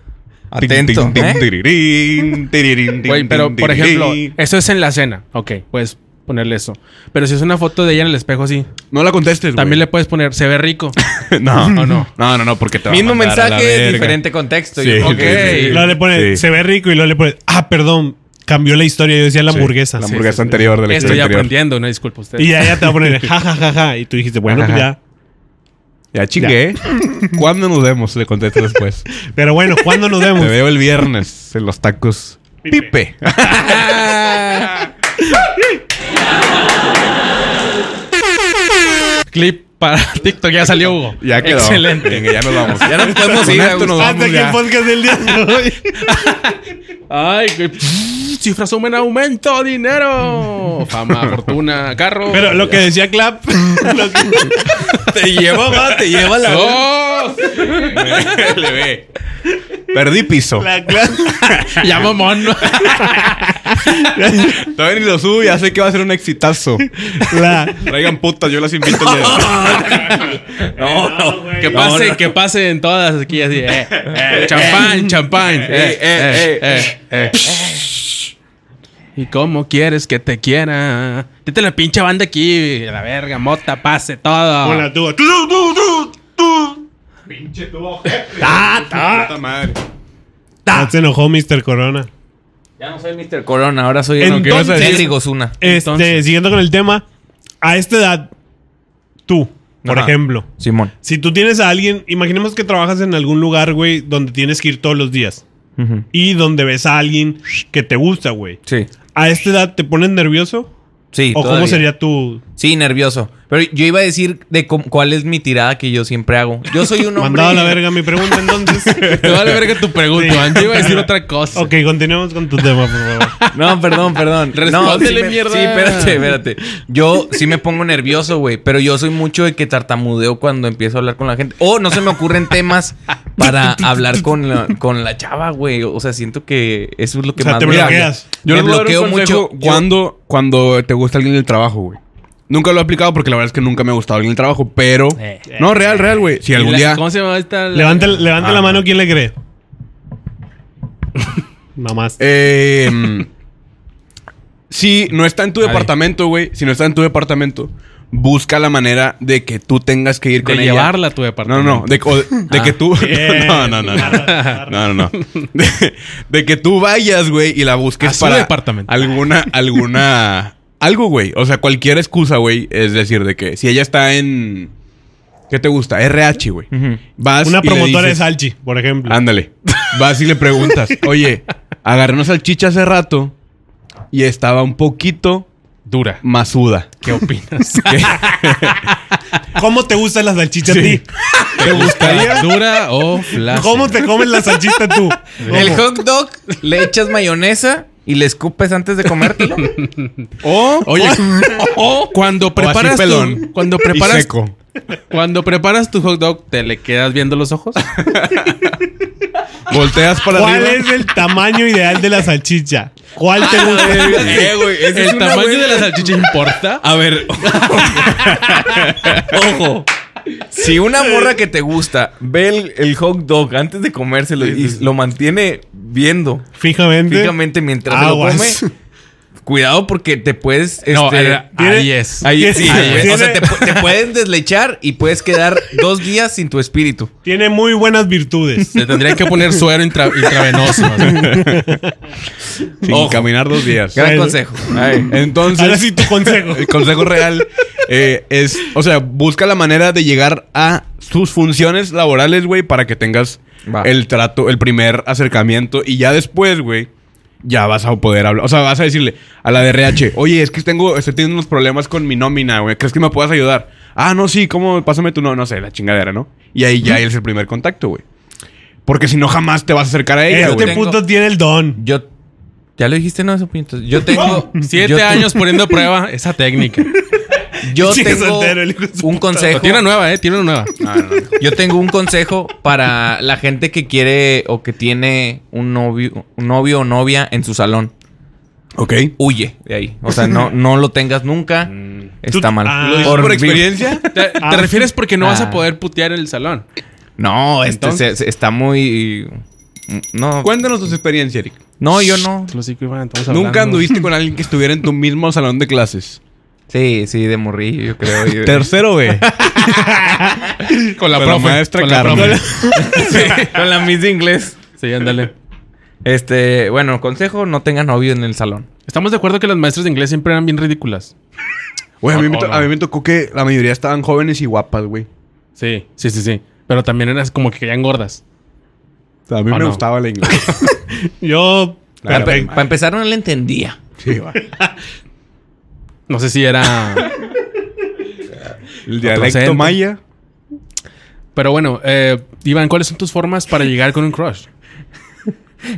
[SPEAKER 5] Atento,
[SPEAKER 2] Tin, tin,
[SPEAKER 5] ¿eh?
[SPEAKER 2] tirirín, tirirín, tin,
[SPEAKER 1] Güey, pero
[SPEAKER 2] tin,
[SPEAKER 1] por ejemplo,
[SPEAKER 2] tirirín.
[SPEAKER 1] eso es en la cena. Ok, puedes ponerle eso. Pero si es una foto de ella en el espejo así,
[SPEAKER 2] No la contestes, güey.
[SPEAKER 1] también le puedes poner, se ve rico.
[SPEAKER 2] No,
[SPEAKER 1] ¿O
[SPEAKER 2] no,
[SPEAKER 1] no?
[SPEAKER 2] no. No, no, porque te va a
[SPEAKER 5] Mismo
[SPEAKER 2] mandar a la
[SPEAKER 5] mensaje,
[SPEAKER 2] verga.
[SPEAKER 5] diferente contexto.
[SPEAKER 2] Sí,
[SPEAKER 5] Yo, ok.
[SPEAKER 2] sí, sí.
[SPEAKER 3] Luego le pone,
[SPEAKER 2] Sí.
[SPEAKER 3] se ve rico y luego le pone, ah, perdón, cambió la historia. Yo decía la
[SPEAKER 2] Sí,
[SPEAKER 3] hamburguesa.
[SPEAKER 2] La
[SPEAKER 3] Sí.
[SPEAKER 2] hamburguesa anterior de la
[SPEAKER 1] Estoy
[SPEAKER 2] historia anterior.
[SPEAKER 1] aprendiendo, no disculpa usted.
[SPEAKER 3] Y ya, ya te va a poner, ja, ja, ja, ja. Y tú dijiste, bueno,
[SPEAKER 2] Ajá,
[SPEAKER 3] pues ya.
[SPEAKER 2] ajá. Ya chingué. ¿Cuándo nos vemos? Le contesto después.
[SPEAKER 3] Pero bueno, ¿cuándo nos vemos?
[SPEAKER 2] Te veo el viernes en los tacos. Pipe.
[SPEAKER 1] Clip para TikTok, ya salió Hugo.
[SPEAKER 2] ya quedó.
[SPEAKER 1] Excelente.
[SPEAKER 2] Venga, ya nos vamos.
[SPEAKER 5] Ya nos podemos
[SPEAKER 2] Con
[SPEAKER 5] ir. a
[SPEAKER 2] esto nos
[SPEAKER 5] gusto.
[SPEAKER 3] Hasta
[SPEAKER 2] vamos
[SPEAKER 3] que el
[SPEAKER 2] ya.
[SPEAKER 3] podcast del día de hoy.
[SPEAKER 1] Ay, que- cifras sumen aumento, dinero, fama, fortuna, carro.
[SPEAKER 3] Pero lo que decía Clap, lo que-
[SPEAKER 5] Te lleva, va, te lleva la.
[SPEAKER 1] ¡Oh!
[SPEAKER 2] Le ve. Perdí piso.
[SPEAKER 3] la Clap-
[SPEAKER 1] Ya mamón.
[SPEAKER 2] Todavía ni lo subo, ya sé que va a ser un exitazo.
[SPEAKER 3] la-
[SPEAKER 2] Traigan putas, yo las invito el día de hoy.
[SPEAKER 5] No, no.
[SPEAKER 1] Que pase, que pase en todas aquí así. eh, eh, champán, champán. eh, eh, eh, eh, ¿Y cómo quieres que te quiera? Tete la pinche banda aquí, a la verga, mota, pase todo.
[SPEAKER 3] con la tuba. Tu, tu, tu, tu, tu.
[SPEAKER 2] Puta madre.
[SPEAKER 3] Ya Se enojó Mr. Corona.
[SPEAKER 5] Ya no soy Mr. Corona, ahora soy
[SPEAKER 3] Entonces-
[SPEAKER 5] Cedric Osuna.
[SPEAKER 3] Este,
[SPEAKER 1] Entonces.
[SPEAKER 3] siguiendo con el tema, a esta edad, tú, por
[SPEAKER 5] Ajá.
[SPEAKER 3] ejemplo,
[SPEAKER 5] Simón.
[SPEAKER 3] si tú tienes a alguien, imaginemos que trabajas en algún lugar, güey, donde tienes que ir todos los días y donde ves a alguien que te gusta, güey.
[SPEAKER 5] Sí.
[SPEAKER 3] ¿A esta edad te pones nervioso?
[SPEAKER 5] Sí.
[SPEAKER 3] ¿O cómo
[SPEAKER 5] todavía.
[SPEAKER 3] sería tu...?
[SPEAKER 5] Sí, nervioso. Pero yo iba a decir de com- cuál es mi tirada que yo siempre hago. Yo soy un hombre.
[SPEAKER 3] Mandado a la verga mi pregunta, entonces.
[SPEAKER 1] Te vale verga tu pregunta,
[SPEAKER 3] Sí.
[SPEAKER 1] man. Yo iba a decir otra cosa.
[SPEAKER 3] ok, continuemos con tu tema, por favor.
[SPEAKER 5] No, perdón, perdón. no,
[SPEAKER 1] Respóndele,
[SPEAKER 5] me-
[SPEAKER 1] mierda.
[SPEAKER 5] Sí, espérate, espérate. Yo sí me pongo nervioso, güey. Pero yo soy mucho de que tartamudeo cuando empiezo a hablar con la gente. O no se me ocurren temas para hablar con la, con la chava, güey. O sea, siento que eso es lo que
[SPEAKER 3] O sea,
[SPEAKER 5] más
[SPEAKER 3] te
[SPEAKER 5] me-
[SPEAKER 3] bloqueas.
[SPEAKER 5] Me
[SPEAKER 2] Yo le bloqueo
[SPEAKER 5] bloqueo mucho.
[SPEAKER 2] mucho cuando, cuando te gusta alguien del trabajo, güey. Nunca lo he aplicado porque la verdad es que nunca me ha gustado bien el trabajo, pero.
[SPEAKER 1] Eh.
[SPEAKER 2] No, real, real, güey. Si algún
[SPEAKER 1] Y la-
[SPEAKER 2] día.
[SPEAKER 1] ¿Cómo se llama esta? La-
[SPEAKER 3] Levante, levante la mano, ¿quién le cree? Mamás.
[SPEAKER 2] Eh, mm, si no está en tu
[SPEAKER 5] Ay.
[SPEAKER 2] departamento, güey. Si no está en tu departamento, busca la manera de que tú tengas que ir
[SPEAKER 1] De
[SPEAKER 2] con ella.
[SPEAKER 1] llevarla a tu
[SPEAKER 2] No,
[SPEAKER 1] departamento.
[SPEAKER 2] no, de, o de-
[SPEAKER 1] Ah.
[SPEAKER 2] de que tú.
[SPEAKER 3] Bien.
[SPEAKER 2] No, no, no. No, no, no. no. De, de que tú vayas, güey, y la busques
[SPEAKER 1] A su
[SPEAKER 2] para.
[SPEAKER 1] departamento.
[SPEAKER 2] Alguna, alguna. Algo, güey. O sea, cualquier excusa, güey. Es decir, de que si ella está en. ¿Qué te gusta? RH, güey.
[SPEAKER 5] Ujú.
[SPEAKER 2] Vas.
[SPEAKER 3] Una
[SPEAKER 2] y le
[SPEAKER 3] promotora de
[SPEAKER 2] dices-
[SPEAKER 3] Salchi, por ejemplo.
[SPEAKER 2] Ándale. Vas y le preguntas, oye, agarré una salchicha hace rato y estaba un poquito
[SPEAKER 1] Dura.
[SPEAKER 2] masuda.
[SPEAKER 1] ¿Qué opinas?
[SPEAKER 3] ¿Cómo te gustan las salchichas
[SPEAKER 2] Sí.
[SPEAKER 3] a ti?
[SPEAKER 2] ¿Te gustaría?
[SPEAKER 1] ¿Dura o flash?
[SPEAKER 3] ¿Cómo te comes la salchicha tú?
[SPEAKER 5] El hot dog le echas mayonesa y le escupes antes de comértelo.
[SPEAKER 2] O,
[SPEAKER 1] Oye, o cuando preparas tu-
[SPEAKER 2] pelón.
[SPEAKER 1] cuando
[SPEAKER 2] y
[SPEAKER 1] preparas
[SPEAKER 2] seco.
[SPEAKER 1] cuando preparas tu hot dog, te le quedas viendo los ojos.
[SPEAKER 2] Volteas para
[SPEAKER 3] ¿Cuál
[SPEAKER 2] arriba.
[SPEAKER 3] es el tamaño ideal de la salchicha? ¿Cuál te gusta?
[SPEAKER 5] Eh, güey, esa es
[SPEAKER 1] El
[SPEAKER 5] una
[SPEAKER 1] tamaño
[SPEAKER 5] buena-
[SPEAKER 1] de la salchicha importa.
[SPEAKER 2] Ah,
[SPEAKER 5] A ver. Ojo. Si una morra que te gusta ve el, el hot dog antes de comérselo y lo mantiene viendo
[SPEAKER 3] Fijamente.
[SPEAKER 5] fijamente mientras se
[SPEAKER 3] Aguas.
[SPEAKER 5] lo come, cuidado porque te puedes.
[SPEAKER 1] No, eh, ah,
[SPEAKER 5] este,
[SPEAKER 1] era-
[SPEAKER 3] tiene-
[SPEAKER 1] ahí es.
[SPEAKER 5] ahí-
[SPEAKER 3] sí,
[SPEAKER 5] sí, güey.
[SPEAKER 3] tiene-
[SPEAKER 5] O sea, te, pu- te pueden deslechar y puedes quedar dos días sin tu espíritu.
[SPEAKER 3] Tiene muy buenas virtudes.
[SPEAKER 1] Te tendría que poner suero intra- intravenoso. así.
[SPEAKER 2] Sin
[SPEAKER 5] Ojo.
[SPEAKER 2] caminar dos días.
[SPEAKER 5] Gran
[SPEAKER 3] Bueno.
[SPEAKER 5] consejo. Ay.
[SPEAKER 2] Entonces.
[SPEAKER 3] Ahora sí tu consejo.
[SPEAKER 2] El consejo real eh, es, o sea, busca la manera de llegar a sus funciones laborales, güey, para que tengas
[SPEAKER 5] Va.
[SPEAKER 2] el trato, el primer acercamiento y ya después, güey, ya vas a poder hablar. O sea, vas a decirle a la de RH, oye, es que tengo, estoy teniendo unos problemas con mi nómina, güey, ¿crees que me puedas ayudar? Ah, no, sí, ¿cómo? Pásame tu no, no sé, la chingadera, ¿no? Y ahí ya es el primer contacto, güey. Porque si no, jamás te vas a acercar a ella,
[SPEAKER 3] Este
[SPEAKER 2] güey.
[SPEAKER 5] Tengo-
[SPEAKER 3] puto tiene el don.
[SPEAKER 5] Yo. Ya lo dijiste, no, eso puñetas. Yo tengo.
[SPEAKER 1] Siete
[SPEAKER 5] yo te-
[SPEAKER 1] años poniendo a prueba esa técnica.
[SPEAKER 5] Yo
[SPEAKER 3] Sigue
[SPEAKER 5] tengo
[SPEAKER 3] soltero, el hijo de su
[SPEAKER 5] un consejo.
[SPEAKER 1] Tiene una nueva, eh, tiene una nueva.
[SPEAKER 2] Ah,
[SPEAKER 5] Yo tengo un consejo para la gente que quiere o que tiene un novio, un novio o novia en su salón.
[SPEAKER 2] Ok.
[SPEAKER 5] Huye de ahí. O sea, no, no lo tengas nunca. Está
[SPEAKER 3] Tú-
[SPEAKER 5] mal.
[SPEAKER 3] ah. ¿Lo dices
[SPEAKER 2] ¿Por
[SPEAKER 5] vi-
[SPEAKER 2] experiencia?
[SPEAKER 1] ¿Te, te
[SPEAKER 3] Ah.
[SPEAKER 1] refieres porque no vas
[SPEAKER 5] Ah.
[SPEAKER 1] a poder putear en el salón?
[SPEAKER 5] No, este
[SPEAKER 1] Entonces-
[SPEAKER 5] se- se- está muy. No,
[SPEAKER 2] Cuéntanos tus experiencias, Eric.
[SPEAKER 5] no, yo no.
[SPEAKER 2] Nunca anduviste con alguien que estuviera en tu mismo salón de clases.
[SPEAKER 5] Sí, sí, de morrillo, yo creo. Yo-
[SPEAKER 2] Tercero B.
[SPEAKER 1] con la
[SPEAKER 2] con la
[SPEAKER 1] profe.
[SPEAKER 2] maestra
[SPEAKER 1] con la
[SPEAKER 2] Carmen.
[SPEAKER 1] profe.
[SPEAKER 5] Sí, con la Miss de Inglés.
[SPEAKER 1] Sí, ándale.
[SPEAKER 5] Este, bueno, consejo: no tengas novio en el salón.
[SPEAKER 1] Estamos de acuerdo que las maestras de inglés siempre eran bien ridículas.
[SPEAKER 2] Güey, a, mí me
[SPEAKER 1] Oh,
[SPEAKER 2] to-
[SPEAKER 1] no.
[SPEAKER 2] a mí me tocó que la mayoría estaban jóvenes y guapas, güey.
[SPEAKER 1] Sí, sí, sí, sí. Pero también eran como que caían gordas.
[SPEAKER 2] O sea, a mí
[SPEAKER 1] Oh,
[SPEAKER 2] me
[SPEAKER 1] no.
[SPEAKER 2] gustaba la inglés.
[SPEAKER 3] Yo.
[SPEAKER 2] Claro.
[SPEAKER 5] Para,
[SPEAKER 3] Perfecto.
[SPEAKER 5] para empezar, no le entendía.
[SPEAKER 2] sí, va.
[SPEAKER 1] No sé si era.
[SPEAKER 2] El dialecto
[SPEAKER 1] acento.
[SPEAKER 2] maya.
[SPEAKER 1] Pero bueno, eh, Iván, ¿cuáles son tus formas para llegar con un crush?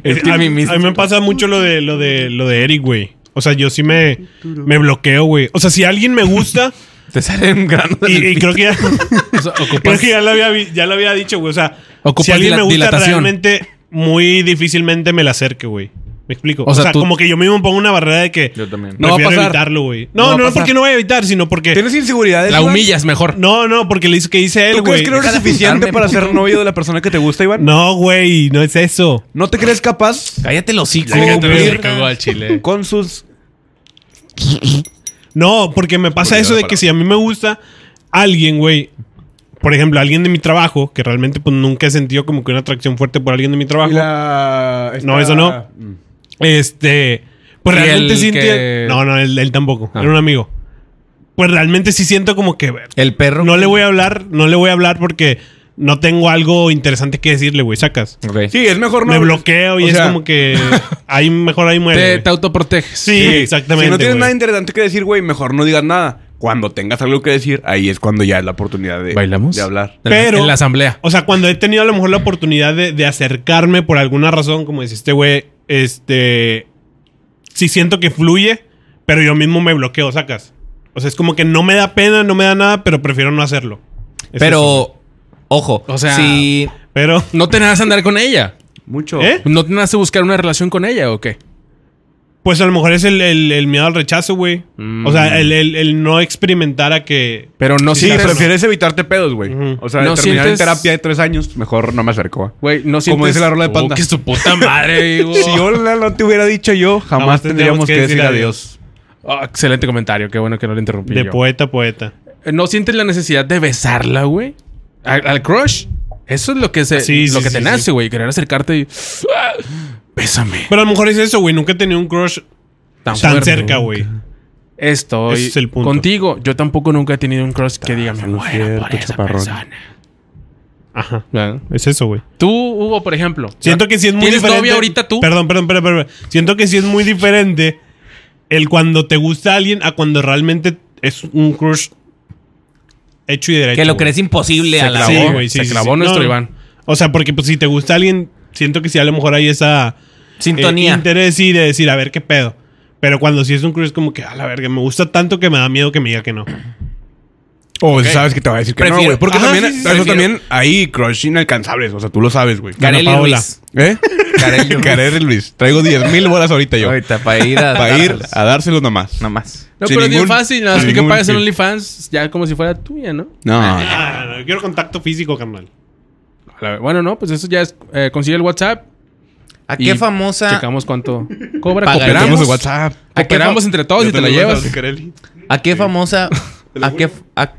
[SPEAKER 3] Es-
[SPEAKER 5] que
[SPEAKER 3] Eh, a,
[SPEAKER 5] mi
[SPEAKER 3] mí-
[SPEAKER 5] mis-
[SPEAKER 3] a mí me pasa mucho lo de lo de lo de Eric, güey. O sea, yo sí me, me bloqueo, güey. O sea, si alguien me gusta
[SPEAKER 5] Te salen granos en el
[SPEAKER 3] y, y creo que ya,
[SPEAKER 1] O sea,
[SPEAKER 3] creo
[SPEAKER 1] ocupas-
[SPEAKER 3] que ya lo había vi- ya lo había dicho, güey. O sea,
[SPEAKER 1] Ocupas
[SPEAKER 3] si alguien
[SPEAKER 1] dila-
[SPEAKER 3] me gusta
[SPEAKER 1] dilatación.
[SPEAKER 3] realmente muy difícilmente me la acerque, güey. ¿Me explico?
[SPEAKER 1] O
[SPEAKER 3] O
[SPEAKER 1] sea,
[SPEAKER 3] sea,
[SPEAKER 1] tú-
[SPEAKER 3] como que yo mismo pongo una barrera de que
[SPEAKER 5] Yo también.
[SPEAKER 1] No va a
[SPEAKER 3] prefiero
[SPEAKER 1] pasar.
[SPEAKER 3] evitarlo, güey.
[SPEAKER 1] No
[SPEAKER 3] No,
[SPEAKER 1] va a
[SPEAKER 3] no, no
[SPEAKER 1] pasar.
[SPEAKER 3] porque no voy a evitar, sino porque
[SPEAKER 2] ¿Tienes inseguridades?
[SPEAKER 1] La
[SPEAKER 2] Iván?
[SPEAKER 1] humillas mejor.
[SPEAKER 3] No, no, porque le dice que dice él,
[SPEAKER 2] ¿Tú crees
[SPEAKER 3] güey.
[SPEAKER 2] que no eres
[SPEAKER 5] Déjala
[SPEAKER 2] suficiente
[SPEAKER 5] juntarme,
[SPEAKER 2] para
[SPEAKER 5] puto.
[SPEAKER 2] ser novio de la persona que te gusta, Iván? No.
[SPEAKER 3] No, güey, no es eso.
[SPEAKER 2] te crees capaz
[SPEAKER 5] Cállate los hocico.
[SPEAKER 1] Sí, que te
[SPEAKER 5] güey.
[SPEAKER 1] se cagó al chile.
[SPEAKER 2] con sus...
[SPEAKER 3] No, porque me pasa
[SPEAKER 2] Porque
[SPEAKER 3] eso
[SPEAKER 2] no
[SPEAKER 3] de
[SPEAKER 2] para-
[SPEAKER 3] que si a mí me gusta alguien, güey. Por ejemplo, alguien de mi trabajo, que realmente pues nunca he sentido como que una atracción fuerte por alguien de mi trabajo.
[SPEAKER 2] y la-
[SPEAKER 3] No, eso no.
[SPEAKER 2] Mm.
[SPEAKER 3] Este. Pues
[SPEAKER 1] ¿Y
[SPEAKER 3] realmente
[SPEAKER 1] el
[SPEAKER 3] sí
[SPEAKER 1] que- Ah.
[SPEAKER 3] entiendo- No, no, él, él tampoco. Era un amigo. Pues realmente sí siento como que.
[SPEAKER 5] El perro.
[SPEAKER 3] No le voy a hablar, no le voy a hablar porque no tengo algo interesante que decirle, güey. Sacas.
[SPEAKER 5] Ok.
[SPEAKER 2] Sí, es mejor no...
[SPEAKER 3] me bloqueo y
[SPEAKER 2] o
[SPEAKER 3] es
[SPEAKER 2] sea,
[SPEAKER 3] como que. Ahí mejor ahí muere.
[SPEAKER 1] Te,
[SPEAKER 3] güey.
[SPEAKER 1] te autoproteges.
[SPEAKER 3] Sí, exactamente.
[SPEAKER 2] Si no tienes
[SPEAKER 3] güey.
[SPEAKER 2] nada interesante que decir, güey, mejor no digas nada. Cuando tengas algo que decir, ahí es cuando ya es la oportunidad de,
[SPEAKER 1] ¿Bailamos?
[SPEAKER 2] de hablar.
[SPEAKER 1] En la-
[SPEAKER 3] Pero-
[SPEAKER 1] En la asamblea.
[SPEAKER 3] O sea, cuando he tenido a lo mejor la oportunidad de, de acercarme por alguna razón, como dice este güey, este. Sí siento que fluye, pero yo mismo me bloqueo, sacas. O sea, es como que no me da pena, no me da nada, pero prefiero no hacerlo. Es eso.
[SPEAKER 5] Pero, ojo,
[SPEAKER 1] O sea-
[SPEAKER 5] si
[SPEAKER 3] Pero.
[SPEAKER 1] No te nace andar con ella.
[SPEAKER 2] Mucho.
[SPEAKER 3] ¿Eh?
[SPEAKER 1] ¿No te nace buscar una relación con ella o qué?
[SPEAKER 3] Pues a lo mejor es el, el- el miedo al rechazo, güey. O sea, el, el- el no experimentar a que.
[SPEAKER 1] Mm. Pero no
[SPEAKER 2] Sí,
[SPEAKER 1] sientes-
[SPEAKER 2] prefieres evitarte pedos, güey.
[SPEAKER 3] Ujú.
[SPEAKER 2] O sea,
[SPEAKER 1] No
[SPEAKER 2] terminar en
[SPEAKER 1] sientes-
[SPEAKER 2] terapia de tres años, mejor no me acerco. güey.
[SPEAKER 1] Güey, no sientes...
[SPEAKER 2] Como dice la rola de
[SPEAKER 1] Oh,
[SPEAKER 2] Panda.
[SPEAKER 1] que su puta madre, digo.
[SPEAKER 2] Si yo la- no te hubiera dicho yo, jamás,
[SPEAKER 3] Jamás
[SPEAKER 2] tendríamos que decir adiós.
[SPEAKER 1] Ah, excelente comentario. Qué bueno que no le interrumpí
[SPEAKER 3] De
[SPEAKER 1] yo.
[SPEAKER 3] poeta a poeta.
[SPEAKER 1] Eh, ¿No sientes la necesidad de besarla, güey? ¿Al, al crush? Eso es lo que, se,
[SPEAKER 3] Sí, sí,
[SPEAKER 1] lo que te
[SPEAKER 3] sí,
[SPEAKER 1] nace,
[SPEAKER 3] sí.
[SPEAKER 1] güey. Querer acercarte y... ah, Bésame.
[SPEAKER 3] Pero a lo mejor es eso, güey. Nunca he tenido un crush tan,
[SPEAKER 1] fuerte.
[SPEAKER 3] cerca, güey.
[SPEAKER 1] Estoy
[SPEAKER 3] Ese es el punto.
[SPEAKER 1] contigo. Yo tampoco nunca he tenido un crush que diga, me
[SPEAKER 2] no es
[SPEAKER 1] muero
[SPEAKER 2] cierto,
[SPEAKER 1] por esa
[SPEAKER 2] chaparrón".
[SPEAKER 1] persona.
[SPEAKER 3] Ajá.
[SPEAKER 1] ¿Verdad?
[SPEAKER 3] Es eso, güey.
[SPEAKER 1] Tú, Hugo, por ejemplo.
[SPEAKER 3] Siento que sí es muy
[SPEAKER 1] ¿Tienes
[SPEAKER 3] diferente.
[SPEAKER 1] novia ahorita tú?
[SPEAKER 3] Perdón, perdón, perdón, perdón. Siento que sí es muy diferente el cuando te gusta alguien a cuando realmente es un crush hecho y derecho.
[SPEAKER 5] Que lo
[SPEAKER 3] güey.
[SPEAKER 5] crees imposible a la
[SPEAKER 1] clavó. Eh,
[SPEAKER 5] vez.
[SPEAKER 1] Sí, se clavó nuestro Iván.
[SPEAKER 3] O sea, porque pues si te gusta alguien, siento que sí a lo mejor hay esa eh,
[SPEAKER 5] Sintonía.
[SPEAKER 3] interés y de decir, a ver qué pedo. Pero cuando sí es un crush como que a la verga, me gusta tanto que me da miedo que me diga que no.
[SPEAKER 2] O si sabes que te va a decir que no,
[SPEAKER 5] Prefiero-
[SPEAKER 2] güey. Porque
[SPEAKER 5] Ajá,
[SPEAKER 2] también,
[SPEAKER 5] sí, sí, sí.
[SPEAKER 2] eso
[SPEAKER 5] Prefiero-
[SPEAKER 2] también hay crush inalcanzables. O sea, tú lo sabes, güey.
[SPEAKER 5] Carelli
[SPEAKER 3] Ana Paola.
[SPEAKER 5] Ruiz.
[SPEAKER 2] ¿Eh? Carelli Luis. Traigo 10 mil bolas ahorita yo.
[SPEAKER 5] Ahorita, para ir a.
[SPEAKER 2] Para ir a dárselos nomás.
[SPEAKER 5] Nomás.
[SPEAKER 1] No,
[SPEAKER 2] Sin
[SPEAKER 1] pero es bien
[SPEAKER 2] ningún-
[SPEAKER 1] fácil. Nada más
[SPEAKER 2] sin
[SPEAKER 1] que
[SPEAKER 2] ningún
[SPEAKER 1] pagues en
[SPEAKER 2] fin.
[SPEAKER 1] OnlyFans ya como si fuera tuya, ¿no?
[SPEAKER 2] No.
[SPEAKER 3] Ah, no, yo quiero contacto físico, carnal.
[SPEAKER 1] A la- Bueno, no, pues eso ya es... eh, consigue el WhatsApp.
[SPEAKER 5] ¿A
[SPEAKER 1] y
[SPEAKER 5] qué famosa.
[SPEAKER 1] Checamos cuánto cobra.
[SPEAKER 5] Pagaremos.
[SPEAKER 1] Cooperamos.
[SPEAKER 2] Tenemos el
[SPEAKER 5] ¿A
[SPEAKER 2] WhatsApp.
[SPEAKER 5] qué
[SPEAKER 1] Cooperamos
[SPEAKER 5] fam-
[SPEAKER 1] entre todos y Oh, te la llevas.
[SPEAKER 5] ¿A qué famosa. ¿A qué. a-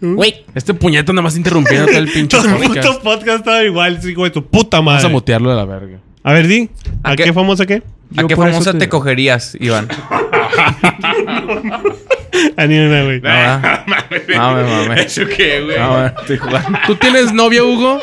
[SPEAKER 5] Güey.
[SPEAKER 1] Este puñeto nada más interrumpiendo todo el pinche
[SPEAKER 3] Todo el
[SPEAKER 1] podcast.
[SPEAKER 3] puto podcast estaba igual, hijo de tu puta
[SPEAKER 1] Vamos a
[SPEAKER 3] madre.
[SPEAKER 1] mutearlo de la verga.
[SPEAKER 3] A ver, di. ¿A,
[SPEAKER 5] ¿A
[SPEAKER 3] qué?
[SPEAKER 5] qué-
[SPEAKER 3] famosa qué?
[SPEAKER 5] ¿A
[SPEAKER 1] Yo
[SPEAKER 5] qué
[SPEAKER 1] por eso
[SPEAKER 5] famosa
[SPEAKER 1] te-
[SPEAKER 5] te cogerías, Iván?
[SPEAKER 3] A ni una, güey.
[SPEAKER 5] No,
[SPEAKER 1] Ah.
[SPEAKER 5] ¿verdad? Ah. No, me mames.
[SPEAKER 2] ¿Eso qué, güey?
[SPEAKER 5] No, bueno, estoy jugando.
[SPEAKER 1] ¿Tú tienes novia, Hugo?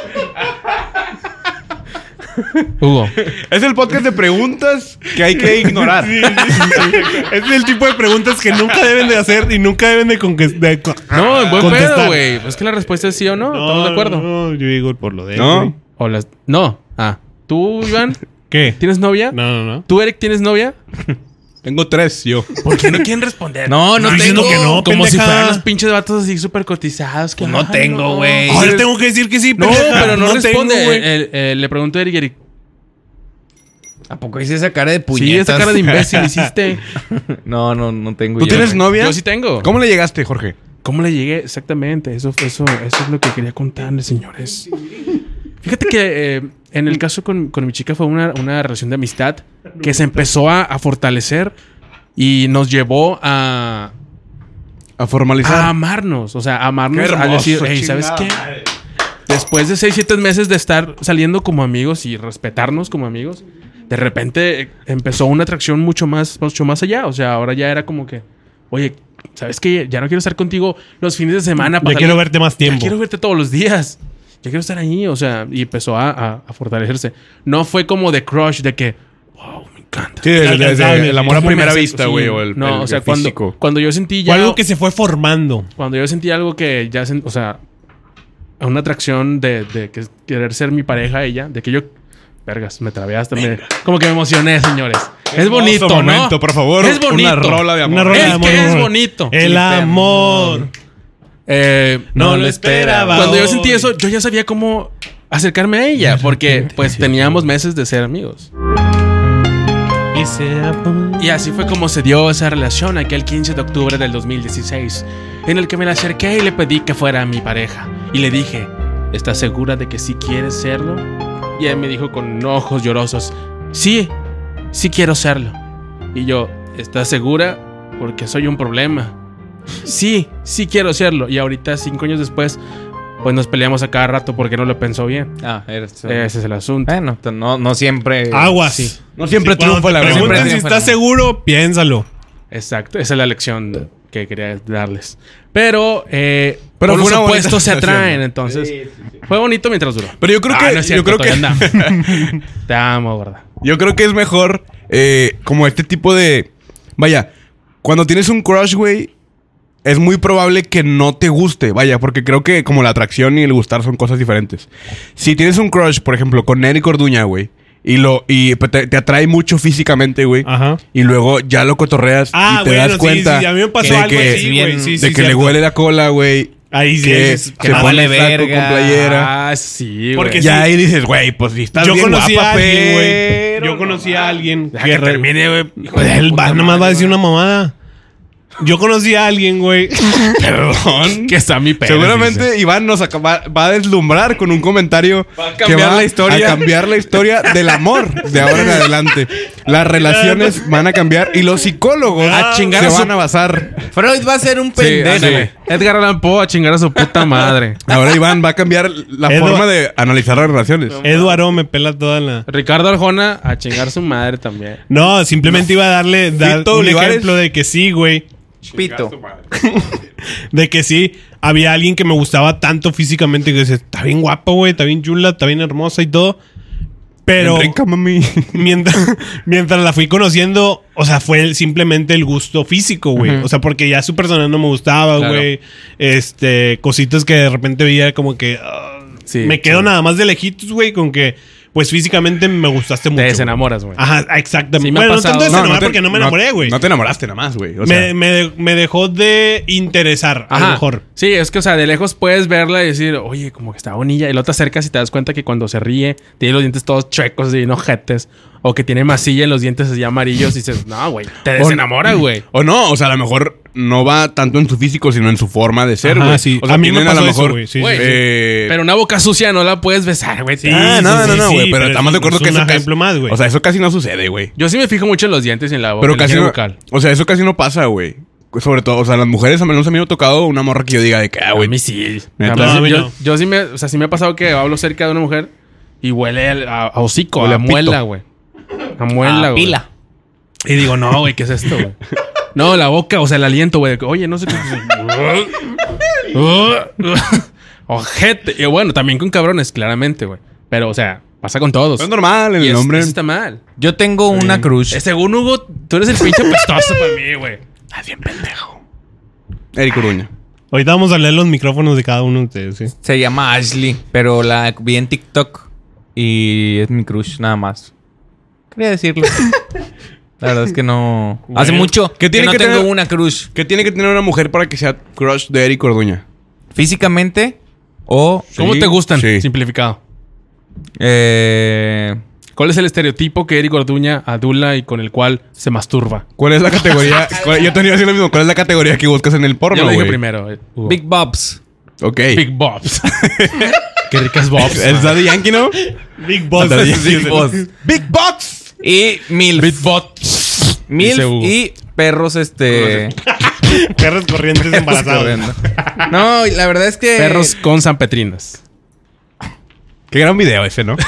[SPEAKER 1] Hugo.
[SPEAKER 2] Es el podcast de preguntas que hay que ignorar.
[SPEAKER 3] es el tipo de preguntas que nunca deben de hacer y nunca deben de, conquistar.
[SPEAKER 1] No, el buen
[SPEAKER 3] Contestar.
[SPEAKER 1] pedo, güey. Es que la respuesta es sí o no. Estamos de acuerdo.
[SPEAKER 3] No, yo digo por lo de.
[SPEAKER 2] ¿No?
[SPEAKER 3] güey.
[SPEAKER 1] O las... No. Ah. ¿Tú, Iván?
[SPEAKER 3] ¿Qué?
[SPEAKER 1] ¿Tienes novia?
[SPEAKER 3] No, no, no.
[SPEAKER 1] ¿Tú, Eric, tienes novia?
[SPEAKER 2] Tengo tres, yo.
[SPEAKER 1] ¿Por qué no quieren responder?
[SPEAKER 5] No, no
[SPEAKER 3] Estoy diciendo
[SPEAKER 5] tengo.
[SPEAKER 3] que no,
[SPEAKER 1] Como si
[SPEAKER 3] pendeja.
[SPEAKER 1] fueran los pinches vatos así súper cotizados. que,
[SPEAKER 5] no
[SPEAKER 1] "Ay,
[SPEAKER 5] tengo, güey".
[SPEAKER 3] Ahora tengo que decir que sí,
[SPEAKER 1] No,
[SPEAKER 3] pendeja.
[SPEAKER 1] pero no, responde. eh,
[SPEAKER 3] tengo, güey.
[SPEAKER 1] El- el- le pregunto a Eric, Eric.
[SPEAKER 5] ¿A poco hice esa cara de puñetas?
[SPEAKER 1] Sí, esa cara de imbécil hiciste.
[SPEAKER 5] No, no, no tengo.
[SPEAKER 2] ¿Tú
[SPEAKER 5] yo,
[SPEAKER 2] tienes
[SPEAKER 5] güey.
[SPEAKER 2] novia?
[SPEAKER 1] Yo sí tengo.
[SPEAKER 2] ¿Cómo le llegaste, Jorge?
[SPEAKER 1] ¿Cómo le llegué? Exactamente, eso, eso, eso es lo que quería contarles, señores. Fíjate que eh, en el caso con, con mi chica fue una, una relación de amistad que se empezó a, a fortalecer y nos llevó a,
[SPEAKER 2] A
[SPEAKER 1] a
[SPEAKER 2] formalizar.
[SPEAKER 1] Ah, amarnos. O sea, a amarnos
[SPEAKER 2] Qué
[SPEAKER 1] a
[SPEAKER 2] hermoso,
[SPEAKER 1] decir, "Ey, ¿sabes
[SPEAKER 2] chingada
[SPEAKER 1] qué? Después de 6, 7 meses de estar saliendo como amigos y respetarnos como amigos, de repente eh, empezó una atracción mucho más, mucho más allá. O sea, ahora ya era como que, oye, ¿sabes qué? Ya no quiero estar contigo los fines de semana.
[SPEAKER 3] Ya
[SPEAKER 1] pasar-
[SPEAKER 3] quiero verte más
[SPEAKER 1] ya
[SPEAKER 3] tiempo.
[SPEAKER 1] quiero verte todos los días. Ya quiero estar ahí. O sea, y empezó a, a- a fortalecerse. No fue como de crush, de que, wow, me encanta.
[SPEAKER 2] Sí, el, el-
[SPEAKER 3] Alcanzable.
[SPEAKER 2] el amor a
[SPEAKER 1] ¿Cómo me
[SPEAKER 2] primera
[SPEAKER 1] hace-
[SPEAKER 2] vista,
[SPEAKER 1] sí,
[SPEAKER 2] güey. o el,
[SPEAKER 1] no,
[SPEAKER 2] el-
[SPEAKER 1] o sea,
[SPEAKER 2] el
[SPEAKER 1] cuando,
[SPEAKER 2] físico.
[SPEAKER 1] cuando yo sentí
[SPEAKER 3] O
[SPEAKER 1] ya.
[SPEAKER 3] algo que se fue formando.
[SPEAKER 1] Cuando yo sentí algo que ya. sen- o sea, una atracción de, de que- querer ser mi pareja, ella, de que yo. Vergas, me trabé hasta. me- como que me emocioné, señores. es bonito,
[SPEAKER 2] Hermoso
[SPEAKER 1] ¿no?
[SPEAKER 2] momento, por favor.
[SPEAKER 1] Es bonito.
[SPEAKER 2] Una rola de amor.
[SPEAKER 3] Una rola
[SPEAKER 1] Es
[SPEAKER 3] de amor,
[SPEAKER 1] que es
[SPEAKER 3] amor.
[SPEAKER 1] bonito.
[SPEAKER 3] El amor.
[SPEAKER 1] Eh,
[SPEAKER 3] No, lo esperaba.
[SPEAKER 1] Cuando yo
[SPEAKER 3] hoy.
[SPEAKER 1] sentí eso, yo ya sabía cómo acercarme a ella, porque pues teníamos meses de ser amigos.
[SPEAKER 3] Y se apagó.
[SPEAKER 1] Y así fue como se dio esa relación aquel 15 de octubre del 2016, en el que me la acerqué y le pedí que fuera mi pareja. Y le dije, ¿estás segura de que sí quieres serlo? Y él me dijo con ojos llorosos, sí, sí quiero serlo. Y yo, ¿estás segura? Porque soy un problema. Sí, sí quiero serlo. Y ahorita, cinco años después, pues nos peleamos a cada rato porque no lo pensó bien.
[SPEAKER 5] Ah, eres.
[SPEAKER 1] Ese es el asunto.
[SPEAKER 5] Bueno, t- no, no siempre.
[SPEAKER 1] Ah,
[SPEAKER 3] Aguas.
[SPEAKER 1] Sí.
[SPEAKER 2] No siempre
[SPEAKER 3] Sí, cuando
[SPEAKER 2] triunfa
[SPEAKER 3] te
[SPEAKER 2] la verdad.
[SPEAKER 3] Pregunten
[SPEAKER 5] Siempre
[SPEAKER 3] si
[SPEAKER 5] triunfa
[SPEAKER 3] estás
[SPEAKER 5] la-
[SPEAKER 3] seguro, piénsalo.
[SPEAKER 1] Exacto, esa es la lección que quería darles. Pero, eh,
[SPEAKER 2] Pero
[SPEAKER 1] por los
[SPEAKER 2] fue una bonita
[SPEAKER 1] opuestos se
[SPEAKER 2] situación,
[SPEAKER 1] atraen,
[SPEAKER 2] ¿no?
[SPEAKER 1] entonces fue bonito mientras duró.
[SPEAKER 2] Pero yo creo
[SPEAKER 1] Ah,
[SPEAKER 2] que.
[SPEAKER 1] no es
[SPEAKER 2] yo,
[SPEAKER 1] cierto,
[SPEAKER 2] creo que
[SPEAKER 1] todavía andamos. Te amo, gorda.
[SPEAKER 2] yo creo que es mejor. eh, como este tipo de. Vaya, cuando tienes un crush, güey. Es muy probable que no te guste, vaya, porque creo que como la atracción y el gustar son cosas diferentes. Si tienes un crush, por ejemplo, con Eric Orduña, güey, y lo y te, te atrae mucho físicamente, güey,
[SPEAKER 3] Ajá.
[SPEAKER 2] y luego ya lo cotorreas
[SPEAKER 3] Ah,
[SPEAKER 2] y te
[SPEAKER 3] bueno,
[SPEAKER 2] das
[SPEAKER 3] sí,
[SPEAKER 2] cuenta
[SPEAKER 3] sí, a mí me pasó
[SPEAKER 2] de
[SPEAKER 3] algo
[SPEAKER 2] que,
[SPEAKER 3] así, güey. Sí,
[SPEAKER 2] de
[SPEAKER 3] sí,
[SPEAKER 2] que le
[SPEAKER 3] cierto.
[SPEAKER 2] huele la cola, güey,
[SPEAKER 3] Ahí sí.
[SPEAKER 2] Que-
[SPEAKER 3] dices,
[SPEAKER 2] que
[SPEAKER 5] Que
[SPEAKER 2] se
[SPEAKER 3] ah,
[SPEAKER 2] pone
[SPEAKER 5] vale
[SPEAKER 2] el saco
[SPEAKER 5] verga.
[SPEAKER 2] con playera.
[SPEAKER 1] Ah, sí, güey.
[SPEAKER 3] Porque-
[SPEAKER 2] Y
[SPEAKER 3] sí.
[SPEAKER 2] ahí dices, güey, pues si estás
[SPEAKER 3] Yo
[SPEAKER 2] bien
[SPEAKER 3] conocí
[SPEAKER 2] guapa,
[SPEAKER 3] a alguien, güey.
[SPEAKER 2] pero
[SPEAKER 3] Yo conocí a alguien.
[SPEAKER 1] Deja que
[SPEAKER 3] re-
[SPEAKER 1] termine, güey.
[SPEAKER 3] Hijo de él, va, nomás va a decir una mamada. Yo conocí a alguien, güey.
[SPEAKER 2] Perdón.
[SPEAKER 1] Que está mi Pérez.
[SPEAKER 2] Seguramente
[SPEAKER 1] dice.
[SPEAKER 2] Iván nos acaba- va a deslumbrar con un comentario
[SPEAKER 5] Va a cambiar
[SPEAKER 2] que
[SPEAKER 5] la historia.
[SPEAKER 2] a cambiar la historia del amor de ahora en adelante. Las relaciones van a cambiar y los psicólogos
[SPEAKER 3] A
[SPEAKER 1] chingar
[SPEAKER 2] se
[SPEAKER 1] a su-
[SPEAKER 2] van a basar.
[SPEAKER 5] Freud va a ser un
[SPEAKER 1] Sí,
[SPEAKER 5] pendejo.
[SPEAKER 1] ándale. Edgar Allan Poe a chingar a su puta madre.
[SPEAKER 2] Ahora Iván va a cambiar la
[SPEAKER 3] Edu-
[SPEAKER 2] forma de analizar las relaciones.
[SPEAKER 3] Eduardo me pela toda la.
[SPEAKER 1] Ricardo Arjona a chingar a su madre también.
[SPEAKER 3] No, simplemente iba a darle dar
[SPEAKER 2] Fito
[SPEAKER 3] un
[SPEAKER 2] Olivares.
[SPEAKER 3] ejemplo de que sí, güey.
[SPEAKER 5] Pito.
[SPEAKER 3] De que sí, había alguien que me gustaba tanto físicamente que dice, está bien guapa, güey, está bien chula, está bien hermosa y todo. Pero
[SPEAKER 2] Rica, mami.
[SPEAKER 3] mientras, mientras la fui conociendo, o sea, fue el- simplemente el gusto físico, güey. O sea, porque ya su personal no me gustaba,
[SPEAKER 5] Claro.
[SPEAKER 3] güey. Este, cositas que de repente veía como que... ah,
[SPEAKER 1] Sí,
[SPEAKER 3] me quedo
[SPEAKER 1] sí.
[SPEAKER 3] nada más de lejitos, güey, con que... Pues físicamente me gustaste mucho.
[SPEAKER 1] Te
[SPEAKER 3] güey.
[SPEAKER 1] desenamoras, güey.
[SPEAKER 3] Ajá, exactamente.
[SPEAKER 1] Sí me ha
[SPEAKER 3] bueno, no
[SPEAKER 1] pasado.
[SPEAKER 3] tanto desenamorar
[SPEAKER 2] te-
[SPEAKER 3] porque no me enamoré, güey.
[SPEAKER 2] No, te enamoraste nada más, güey. O sea,
[SPEAKER 3] me, me de- me dejó de interesar, a lo mejor.
[SPEAKER 1] Sí, es que, o sea, de lejos puedes verla y decir, oye, como que está bonilla. Y luego te acercas y te das cuenta que cuando se ríe, tiene los dientes todos chuecos y nojetes. O que tiene masilla en los dientes así amarillos y dices, no, güey, te desenamora, güey.
[SPEAKER 2] O no, o sea, a lo mejor no va tanto en su físico, sino en su forma de ser,
[SPEAKER 3] Ajá,
[SPEAKER 2] güey.
[SPEAKER 3] sí.
[SPEAKER 2] O sea,
[SPEAKER 3] A mí me
[SPEAKER 2] tienen
[SPEAKER 3] pasó
[SPEAKER 2] a lo
[SPEAKER 3] eso,
[SPEAKER 2] mejor.
[SPEAKER 3] güey, sí, sí,
[SPEAKER 1] sí.
[SPEAKER 2] eh,
[SPEAKER 1] Pero una boca sucia no la puedes besar, güey.
[SPEAKER 3] Sí.
[SPEAKER 2] Ah, no, no, no,
[SPEAKER 3] sí,
[SPEAKER 2] güey. pero
[SPEAKER 3] pero
[SPEAKER 2] estamos de acuerdo
[SPEAKER 3] es
[SPEAKER 2] que
[SPEAKER 3] un
[SPEAKER 2] eso
[SPEAKER 3] ejemplo
[SPEAKER 2] casi-
[SPEAKER 3] más, güey.
[SPEAKER 2] O sea, eso casi no sucede, güey.
[SPEAKER 1] Yo sí me fijo mucho en los dientes y en la boca.
[SPEAKER 2] Pero
[SPEAKER 1] en la
[SPEAKER 2] casi
[SPEAKER 1] higiene
[SPEAKER 2] no,
[SPEAKER 1] bucal.
[SPEAKER 2] O sea, eso casi no pasa, güey. Sobre todo, o sea, las mujeres al menos a mí me ha tocado una morra que yo diga de que, ah,
[SPEAKER 1] A
[SPEAKER 2] güey.
[SPEAKER 1] mí sí.
[SPEAKER 2] Neta.
[SPEAKER 1] A mí sí,
[SPEAKER 3] No, a mí
[SPEAKER 1] yo,
[SPEAKER 3] no.
[SPEAKER 1] yo sí me, o sea, sí me ha pasado que hablo cerca de una mujer y huele a, a hocico,
[SPEAKER 2] Huele
[SPEAKER 1] a,
[SPEAKER 2] a pito.
[SPEAKER 1] muela, güey. A muela,
[SPEAKER 5] Ah,
[SPEAKER 1] güey.
[SPEAKER 5] pila.
[SPEAKER 1] Y digo, no, güey, ¿qué es esto, güey? No, la boca, o sea, el aliento, güey. de que, Oye, no sé qué. Ojete. Y bueno, también con cabrones, claramente, güey. Pero, o sea, pasa con todos.
[SPEAKER 2] Es normal,
[SPEAKER 1] Y
[SPEAKER 2] el
[SPEAKER 1] es-
[SPEAKER 2] hombre.
[SPEAKER 1] eso está mal.
[SPEAKER 5] Yo tengo una cruz.
[SPEAKER 1] Eh, Según Hugo, tú eres el pinche pestoso para mí, güey.
[SPEAKER 2] Eric Uruña.
[SPEAKER 3] Ahorita vamos a leer los micrófonos de cada uno de ustedes, ¿sí?
[SPEAKER 5] Se llama Ashley, pero la vi en TikTok y es mi crush nada más. Quería decirlo. la verdad es que no. Hace mucho
[SPEAKER 2] ¿qué
[SPEAKER 5] que,
[SPEAKER 2] tiene
[SPEAKER 5] no
[SPEAKER 2] que
[SPEAKER 5] tengo
[SPEAKER 2] tener-
[SPEAKER 5] una crush.
[SPEAKER 2] ¿Qué tiene que tener una mujer para que sea crush de Eric Orduña?
[SPEAKER 5] Físicamente o
[SPEAKER 1] ¿Cómo
[SPEAKER 2] Sí,
[SPEAKER 1] te gustan?
[SPEAKER 2] sí.
[SPEAKER 1] Simplificado.
[SPEAKER 5] eh,
[SPEAKER 1] ¿Cuál es el estereotipo que Eric Orduña adula y con el cual se masturba?
[SPEAKER 2] ¿Cuál es la categoría? cuál- yo tenía que decir lo mismo. ¿Cuál es la categoría que buscas en el porno,
[SPEAKER 1] Yo lo dije
[SPEAKER 2] güey?
[SPEAKER 1] primero. eh, Hugo.
[SPEAKER 5] Big Bobs.
[SPEAKER 2] Ok.
[SPEAKER 1] Big Bobs. Qué ricas Bobs.
[SPEAKER 2] ¿Es Daddy Yankee, no?
[SPEAKER 3] Big Boss.
[SPEAKER 2] Daddy
[SPEAKER 5] Big
[SPEAKER 2] Yankee.
[SPEAKER 5] Boss.
[SPEAKER 2] Big Box.
[SPEAKER 5] Y Milf.
[SPEAKER 1] Big Bobs.
[SPEAKER 5] Milf
[SPEAKER 1] Dice Hugo.
[SPEAKER 5] y perros este.
[SPEAKER 3] Perros corrientes
[SPEAKER 2] Pues
[SPEAKER 3] embarazados.
[SPEAKER 5] No, y la verdad es que.
[SPEAKER 1] Perros con sanpetrinas.
[SPEAKER 2] Qué gran video ese, ¿no?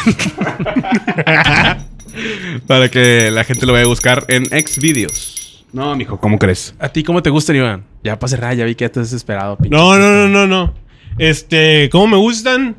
[SPEAKER 2] para que la gente lo vaya a buscar en Xvideos. No, mijo, ¿cómo crees?
[SPEAKER 1] ¿A ti cómo te gusta, Iván? Ya para cerrar, ya vi que ya estás desesperado. pinche.
[SPEAKER 3] No, no, no, no, no. Este, ¿cómo me gustan?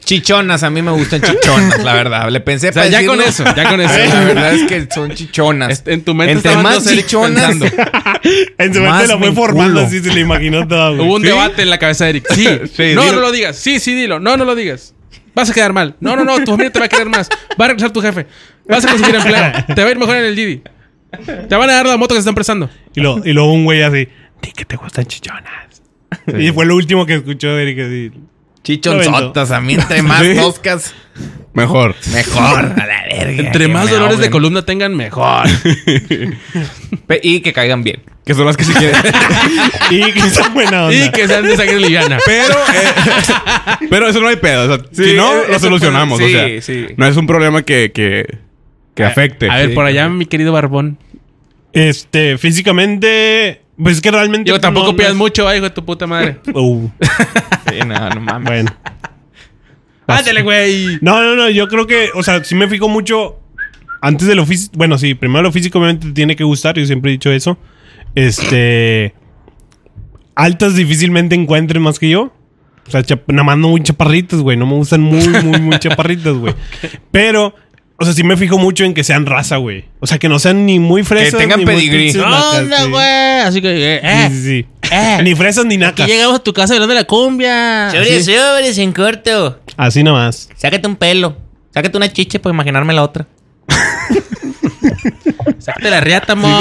[SPEAKER 5] Chichonas, a mí me gustan chichonas, la verdad. Le pensé.
[SPEAKER 1] O sea,
[SPEAKER 5] para
[SPEAKER 1] ya
[SPEAKER 5] decirlo.
[SPEAKER 1] con eso, ya con eso.
[SPEAKER 5] La verdad es que son chichonas.
[SPEAKER 1] Est- En tu mente
[SPEAKER 5] Entre
[SPEAKER 1] estaban
[SPEAKER 5] más
[SPEAKER 1] dos Eric
[SPEAKER 5] chichonas.
[SPEAKER 1] pensando.
[SPEAKER 3] En su
[SPEAKER 5] Más
[SPEAKER 3] mente lo
[SPEAKER 5] me
[SPEAKER 3] fue formando
[SPEAKER 5] enculo.
[SPEAKER 3] así, se lo imaginó todo, güey.
[SPEAKER 1] Hubo un debate en la cabeza de Eric. Sí,
[SPEAKER 2] Sí,
[SPEAKER 1] no,
[SPEAKER 2] dilo.
[SPEAKER 1] no lo digas. Sí, sí, dilo. No, no lo digas. Vas a quedar mal. No, no, no. Tu familia te va a querer más. Va a regresar tu jefe. Vas a conseguir empleo. Te va a ir mejor en el Didi. Te van a dar la moto que se están prestando.
[SPEAKER 3] Y, lo, y luego un güey así, di que te gustan chichonas. Y fue lo último que escuchó Eric así.
[SPEAKER 5] Chichonzotas, a mí entre más
[SPEAKER 2] Sí.
[SPEAKER 5] toscas,
[SPEAKER 2] Mejor.
[SPEAKER 5] mejor, a la verga.
[SPEAKER 1] Entre
[SPEAKER 5] que
[SPEAKER 1] más
[SPEAKER 5] me
[SPEAKER 1] dolores de
[SPEAKER 5] ahoguen.
[SPEAKER 1] columna tengan, mejor.
[SPEAKER 5] Pe- Y que caigan bien.
[SPEAKER 2] Que son las que se quieren.
[SPEAKER 3] Y que está buena onda.
[SPEAKER 1] Y que sean de sangre liviana.
[SPEAKER 2] Pero, eh, pero eso no hay pedo. o sea,
[SPEAKER 5] Sí,
[SPEAKER 2] si no,
[SPEAKER 5] eh,
[SPEAKER 2] lo
[SPEAKER 5] eso
[SPEAKER 2] solucionamos.
[SPEAKER 5] puede-
[SPEAKER 2] o sea,
[SPEAKER 5] sí, sí.
[SPEAKER 2] No es un problema que, que, que afecte.
[SPEAKER 1] A ver, por allá, mi querido Barbón.
[SPEAKER 3] Este, físicamente, pues es que realmente...
[SPEAKER 1] Digo, tampoco
[SPEAKER 3] no-
[SPEAKER 1] pidas
[SPEAKER 3] no-
[SPEAKER 1] mucho, ay, hijo de tu puta madre.
[SPEAKER 3] Uh,
[SPEAKER 5] Sí, no, no mames.
[SPEAKER 3] bueno.
[SPEAKER 1] Ándale, güey.
[SPEAKER 3] No, no, no, yo creo que, o sea, sí me fijo mucho antes de lo físico. Bueno, sí, primero lo físico obviamente te tiene que gustar, yo siempre he dicho eso. Este. Altas difícilmente encuentren más que yo. O sea, chap- nada más no muy chaparritas, güey. No me gustan muy, muy, muy chaparritas, güey. Pero, o sea, sí me fijo mucho en que sean raza, güey. O sea, que no sean ni muy fresas.
[SPEAKER 5] tengan
[SPEAKER 3] ni muy
[SPEAKER 5] pedigrí.
[SPEAKER 3] pinches
[SPEAKER 4] No,
[SPEAKER 3] nacas,
[SPEAKER 4] no,
[SPEAKER 3] sí.
[SPEAKER 4] güey. Así que, eh,
[SPEAKER 3] Sí,
[SPEAKER 4] eh,
[SPEAKER 3] sí, sí.
[SPEAKER 4] eh.
[SPEAKER 3] Ni fresas ni
[SPEAKER 4] Aquí
[SPEAKER 3] nacas.
[SPEAKER 4] llegamos a tu casa hablando de la cumbia.
[SPEAKER 5] Ah, Sobres,
[SPEAKER 4] Así.
[SPEAKER 5] sobres, en corto.
[SPEAKER 3] Así nada más.
[SPEAKER 5] Sácate un pelo. Sácate una chiche para imaginarme la otra.
[SPEAKER 4] Sácate la riata, amor.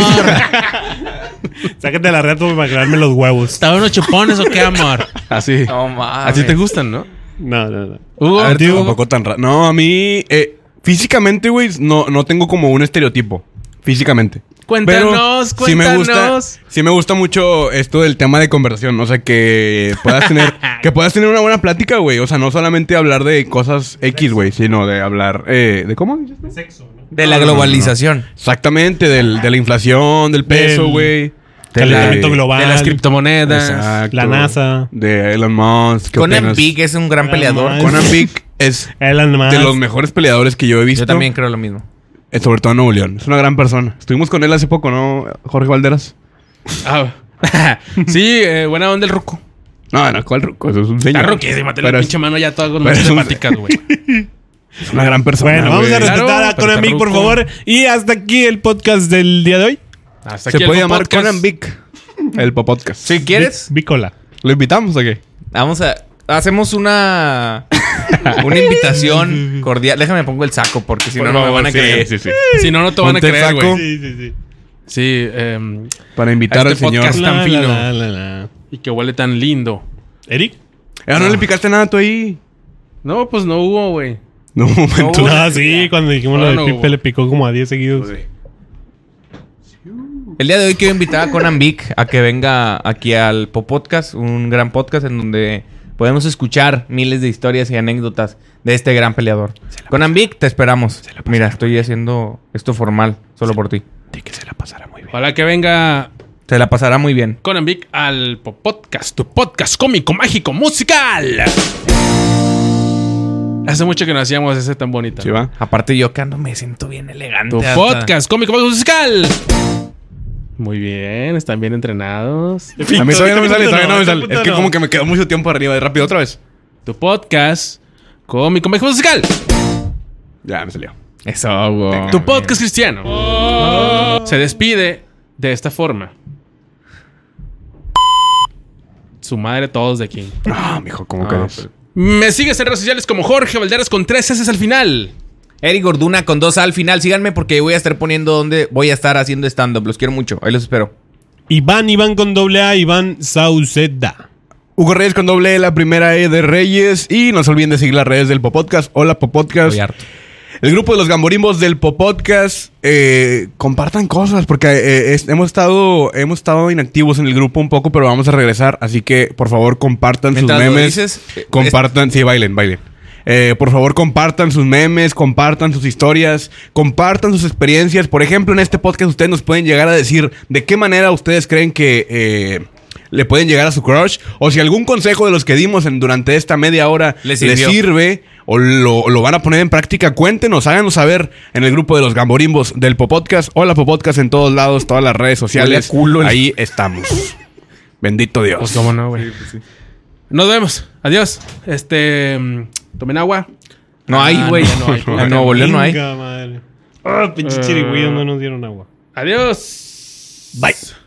[SPEAKER 3] Sácate la reta para quedarme los huevos.
[SPEAKER 1] ¿Estaban unos chupones o qué, amor? Así.
[SPEAKER 5] No mames.
[SPEAKER 1] Así te gustan, ¿no?
[SPEAKER 3] No, no, no.
[SPEAKER 1] Hugo,
[SPEAKER 2] A ver,
[SPEAKER 1] tío,
[SPEAKER 2] tampoco tan raro. No, a mí. eh, físicamente, güey, no, no tengo como un estereotipo. Físicamente.
[SPEAKER 1] Cuéntanos,
[SPEAKER 2] Pero sí me gusta,
[SPEAKER 1] cuéntanos.
[SPEAKER 2] sí me gusta mucho esto del tema de conversación. O sea, que puedas tener, que puedas tener una buena plática, güey. O sea, no solamente hablar de cosas X, güey, sino de hablar. eh, ¿De cómo dices?
[SPEAKER 3] Sexo, ¿no?
[SPEAKER 5] De la globalización.
[SPEAKER 2] Exactamente, del- de la inflación, del peso,
[SPEAKER 3] Del
[SPEAKER 2] güey.
[SPEAKER 3] Calentamiento
[SPEAKER 2] de-
[SPEAKER 3] global.
[SPEAKER 1] de las criptomonedas.
[SPEAKER 2] Exacto.
[SPEAKER 3] La NASA.
[SPEAKER 2] De Elon Musk. ¿qué
[SPEAKER 5] Conan
[SPEAKER 2] opinas?
[SPEAKER 5] Big es un gran
[SPEAKER 3] Ah,
[SPEAKER 5] peleador.
[SPEAKER 3] mames.
[SPEAKER 2] Conan Big es
[SPEAKER 3] Elon Musk.
[SPEAKER 2] de los mejores peleadores que yo he visto.
[SPEAKER 5] Yo también creo lo mismo.
[SPEAKER 2] Eh, Sobre todo en Nuevo León. Es una gran persona. Estuvimos con él hace poco, ¿no, Jorge Valderas?
[SPEAKER 1] Ah, sí, eh, buena onda el ruco.
[SPEAKER 2] No, no, ¿cuál ruco? Eso es un señor.
[SPEAKER 1] Está ruquísima, tiene
[SPEAKER 2] Pero
[SPEAKER 1] la
[SPEAKER 2] es-
[SPEAKER 1] pinche mano ya toda con
[SPEAKER 2] pero
[SPEAKER 1] las
[SPEAKER 2] es un-
[SPEAKER 1] temáticas, güey.
[SPEAKER 2] es una gran persona.
[SPEAKER 3] Bueno, vamos
[SPEAKER 2] güey.
[SPEAKER 3] a respetar
[SPEAKER 1] Ah, Claro,
[SPEAKER 3] a
[SPEAKER 1] pero
[SPEAKER 3] Conan
[SPEAKER 1] está
[SPEAKER 3] Big, por
[SPEAKER 1] ruco.
[SPEAKER 3] favor. Y hasta aquí el podcast del día de hoy.
[SPEAKER 1] Hasta
[SPEAKER 2] Se
[SPEAKER 1] aquí el
[SPEAKER 2] puede llamar
[SPEAKER 1] podcast.
[SPEAKER 2] Conan Big. El podcast.
[SPEAKER 5] Si quieres,
[SPEAKER 3] Bicola.
[SPEAKER 2] ¿Lo invitamos o qué?
[SPEAKER 5] vamos a. Hacemos una. Una invitación cordial. Déjame pongo el saco porque si
[SPEAKER 1] Por
[SPEAKER 5] no, no me
[SPEAKER 1] favor,
[SPEAKER 5] van a
[SPEAKER 1] sí,
[SPEAKER 5] creer.
[SPEAKER 2] sí.
[SPEAKER 1] Si no, no te van a
[SPEAKER 2] Ponte el
[SPEAKER 1] creer,
[SPEAKER 2] saco.
[SPEAKER 1] güey.
[SPEAKER 3] Sí, sí, sí.
[SPEAKER 1] Sí, eh,
[SPEAKER 2] Para invitar
[SPEAKER 1] A
[SPEAKER 2] al
[SPEAKER 1] este
[SPEAKER 2] señor.
[SPEAKER 1] podcast.
[SPEAKER 3] La,
[SPEAKER 1] Tan fino.
[SPEAKER 3] la, la, la.
[SPEAKER 1] y que huele tan lindo.
[SPEAKER 3] ¿Eric?
[SPEAKER 2] Ah, no le picaste nada tú ahí.
[SPEAKER 1] No, pues no hubo, güey.
[SPEAKER 2] No, un momento.
[SPEAKER 5] Uy,
[SPEAKER 3] No, sí, cuando dijimos
[SPEAKER 1] Ahora
[SPEAKER 3] lo
[SPEAKER 1] no
[SPEAKER 3] de Pipe
[SPEAKER 1] hubo.
[SPEAKER 3] le picó como a 10 seguidos.
[SPEAKER 5] El día de hoy quiero invitar a Conan Vic a que venga aquí al Popodcast, un gran podcast en donde podemos escuchar miles de historias y anécdotas de este gran peleador. Conan Vic, te esperamos. Mira, estoy haciendo esto formal, solo por ti.
[SPEAKER 1] Ojalá que venga
[SPEAKER 5] Te la pasará muy bien.
[SPEAKER 1] Conan Big al po- podcast, tu podcast cómico, mágico, musical. Hace mucho que no hacíamos ese tan bonito.
[SPEAKER 2] Sí, va.
[SPEAKER 5] Aparte yo que ando me siento bien elegante.
[SPEAKER 1] tu
[SPEAKER 5] hasta-
[SPEAKER 1] podcast cómico, mágico, musical. Muy bien, están bien entrenados.
[SPEAKER 2] A mí todavía no me sale, todavía no me sale.
[SPEAKER 3] Este
[SPEAKER 2] Es que
[SPEAKER 3] punto
[SPEAKER 2] como
[SPEAKER 3] no.
[SPEAKER 2] que me quedó mucho tiempo arriba. Rápido, otra vez.
[SPEAKER 1] Tu podcast cómico, mágico, musical.
[SPEAKER 2] Ya, me salió.
[SPEAKER 5] Eso, güey.
[SPEAKER 1] Tu podcast cristiano. Se despide de esta forma. Su madre todos de aquí.
[SPEAKER 2] Ah, mijo, ¿cómo quedas?
[SPEAKER 1] Me sigues en redes sociales como Jorge Valderas con tres S al final.
[SPEAKER 5] Eric Gorduna con dos A al final. Síganme porque voy a estar poniendo donde voy a estar haciendo stand-up. Los quiero mucho. Ahí los espero.
[SPEAKER 3] Iván, Iván con doble A, Iván Sauceda.
[SPEAKER 2] Hugo Reyes con doble E, la primera E de Reyes. Y no se olviden de seguir las redes del Popodcast. Hola, Popodcast.
[SPEAKER 5] Estoy harto.
[SPEAKER 2] El grupo de los gamborimbos del Popodcast. eh, compartan cosas, porque eh, es- hemos, estado, hemos estado inactivos en el grupo un poco, pero vamos a regresar. Así que, por favor, compartan
[SPEAKER 5] Mientras
[SPEAKER 2] sus
[SPEAKER 5] lo
[SPEAKER 2] memes.
[SPEAKER 5] dices, eh,
[SPEAKER 2] compartan, sí, bailen, bailen. Eh, por favor, compartan sus memes, compartan sus historias, compartan sus experiencias. Por ejemplo, en este podcast ustedes nos pueden llegar a decir de qué manera ustedes creen que... eh, le pueden llegar a su crush o si algún consejo de los que dimos en, durante esta media hora
[SPEAKER 5] Les
[SPEAKER 2] les
[SPEAKER 5] sirvió.
[SPEAKER 2] sirve o lo, lo van a poner en práctica, cuéntenos, háganos saber en el grupo de los gamborimbos del Popodcast. Hola Popodcast en todos lados, todas las redes sociales.
[SPEAKER 5] Huele a culo el-
[SPEAKER 2] Ahí estamos. Bendito Dios.
[SPEAKER 1] Pues cómo no, güey. Nos vemos. Adiós. Este. mm, Tomen agua.
[SPEAKER 5] No hay,
[SPEAKER 1] Ah,
[SPEAKER 5] güey.
[SPEAKER 1] no, no hay.
[SPEAKER 5] en Nuevo León no hay.
[SPEAKER 3] Venga, madre. Ah, pinche
[SPEAKER 1] Eh.
[SPEAKER 3] chirigüillos no nos dieron agua.
[SPEAKER 1] Adiós.
[SPEAKER 2] Bye.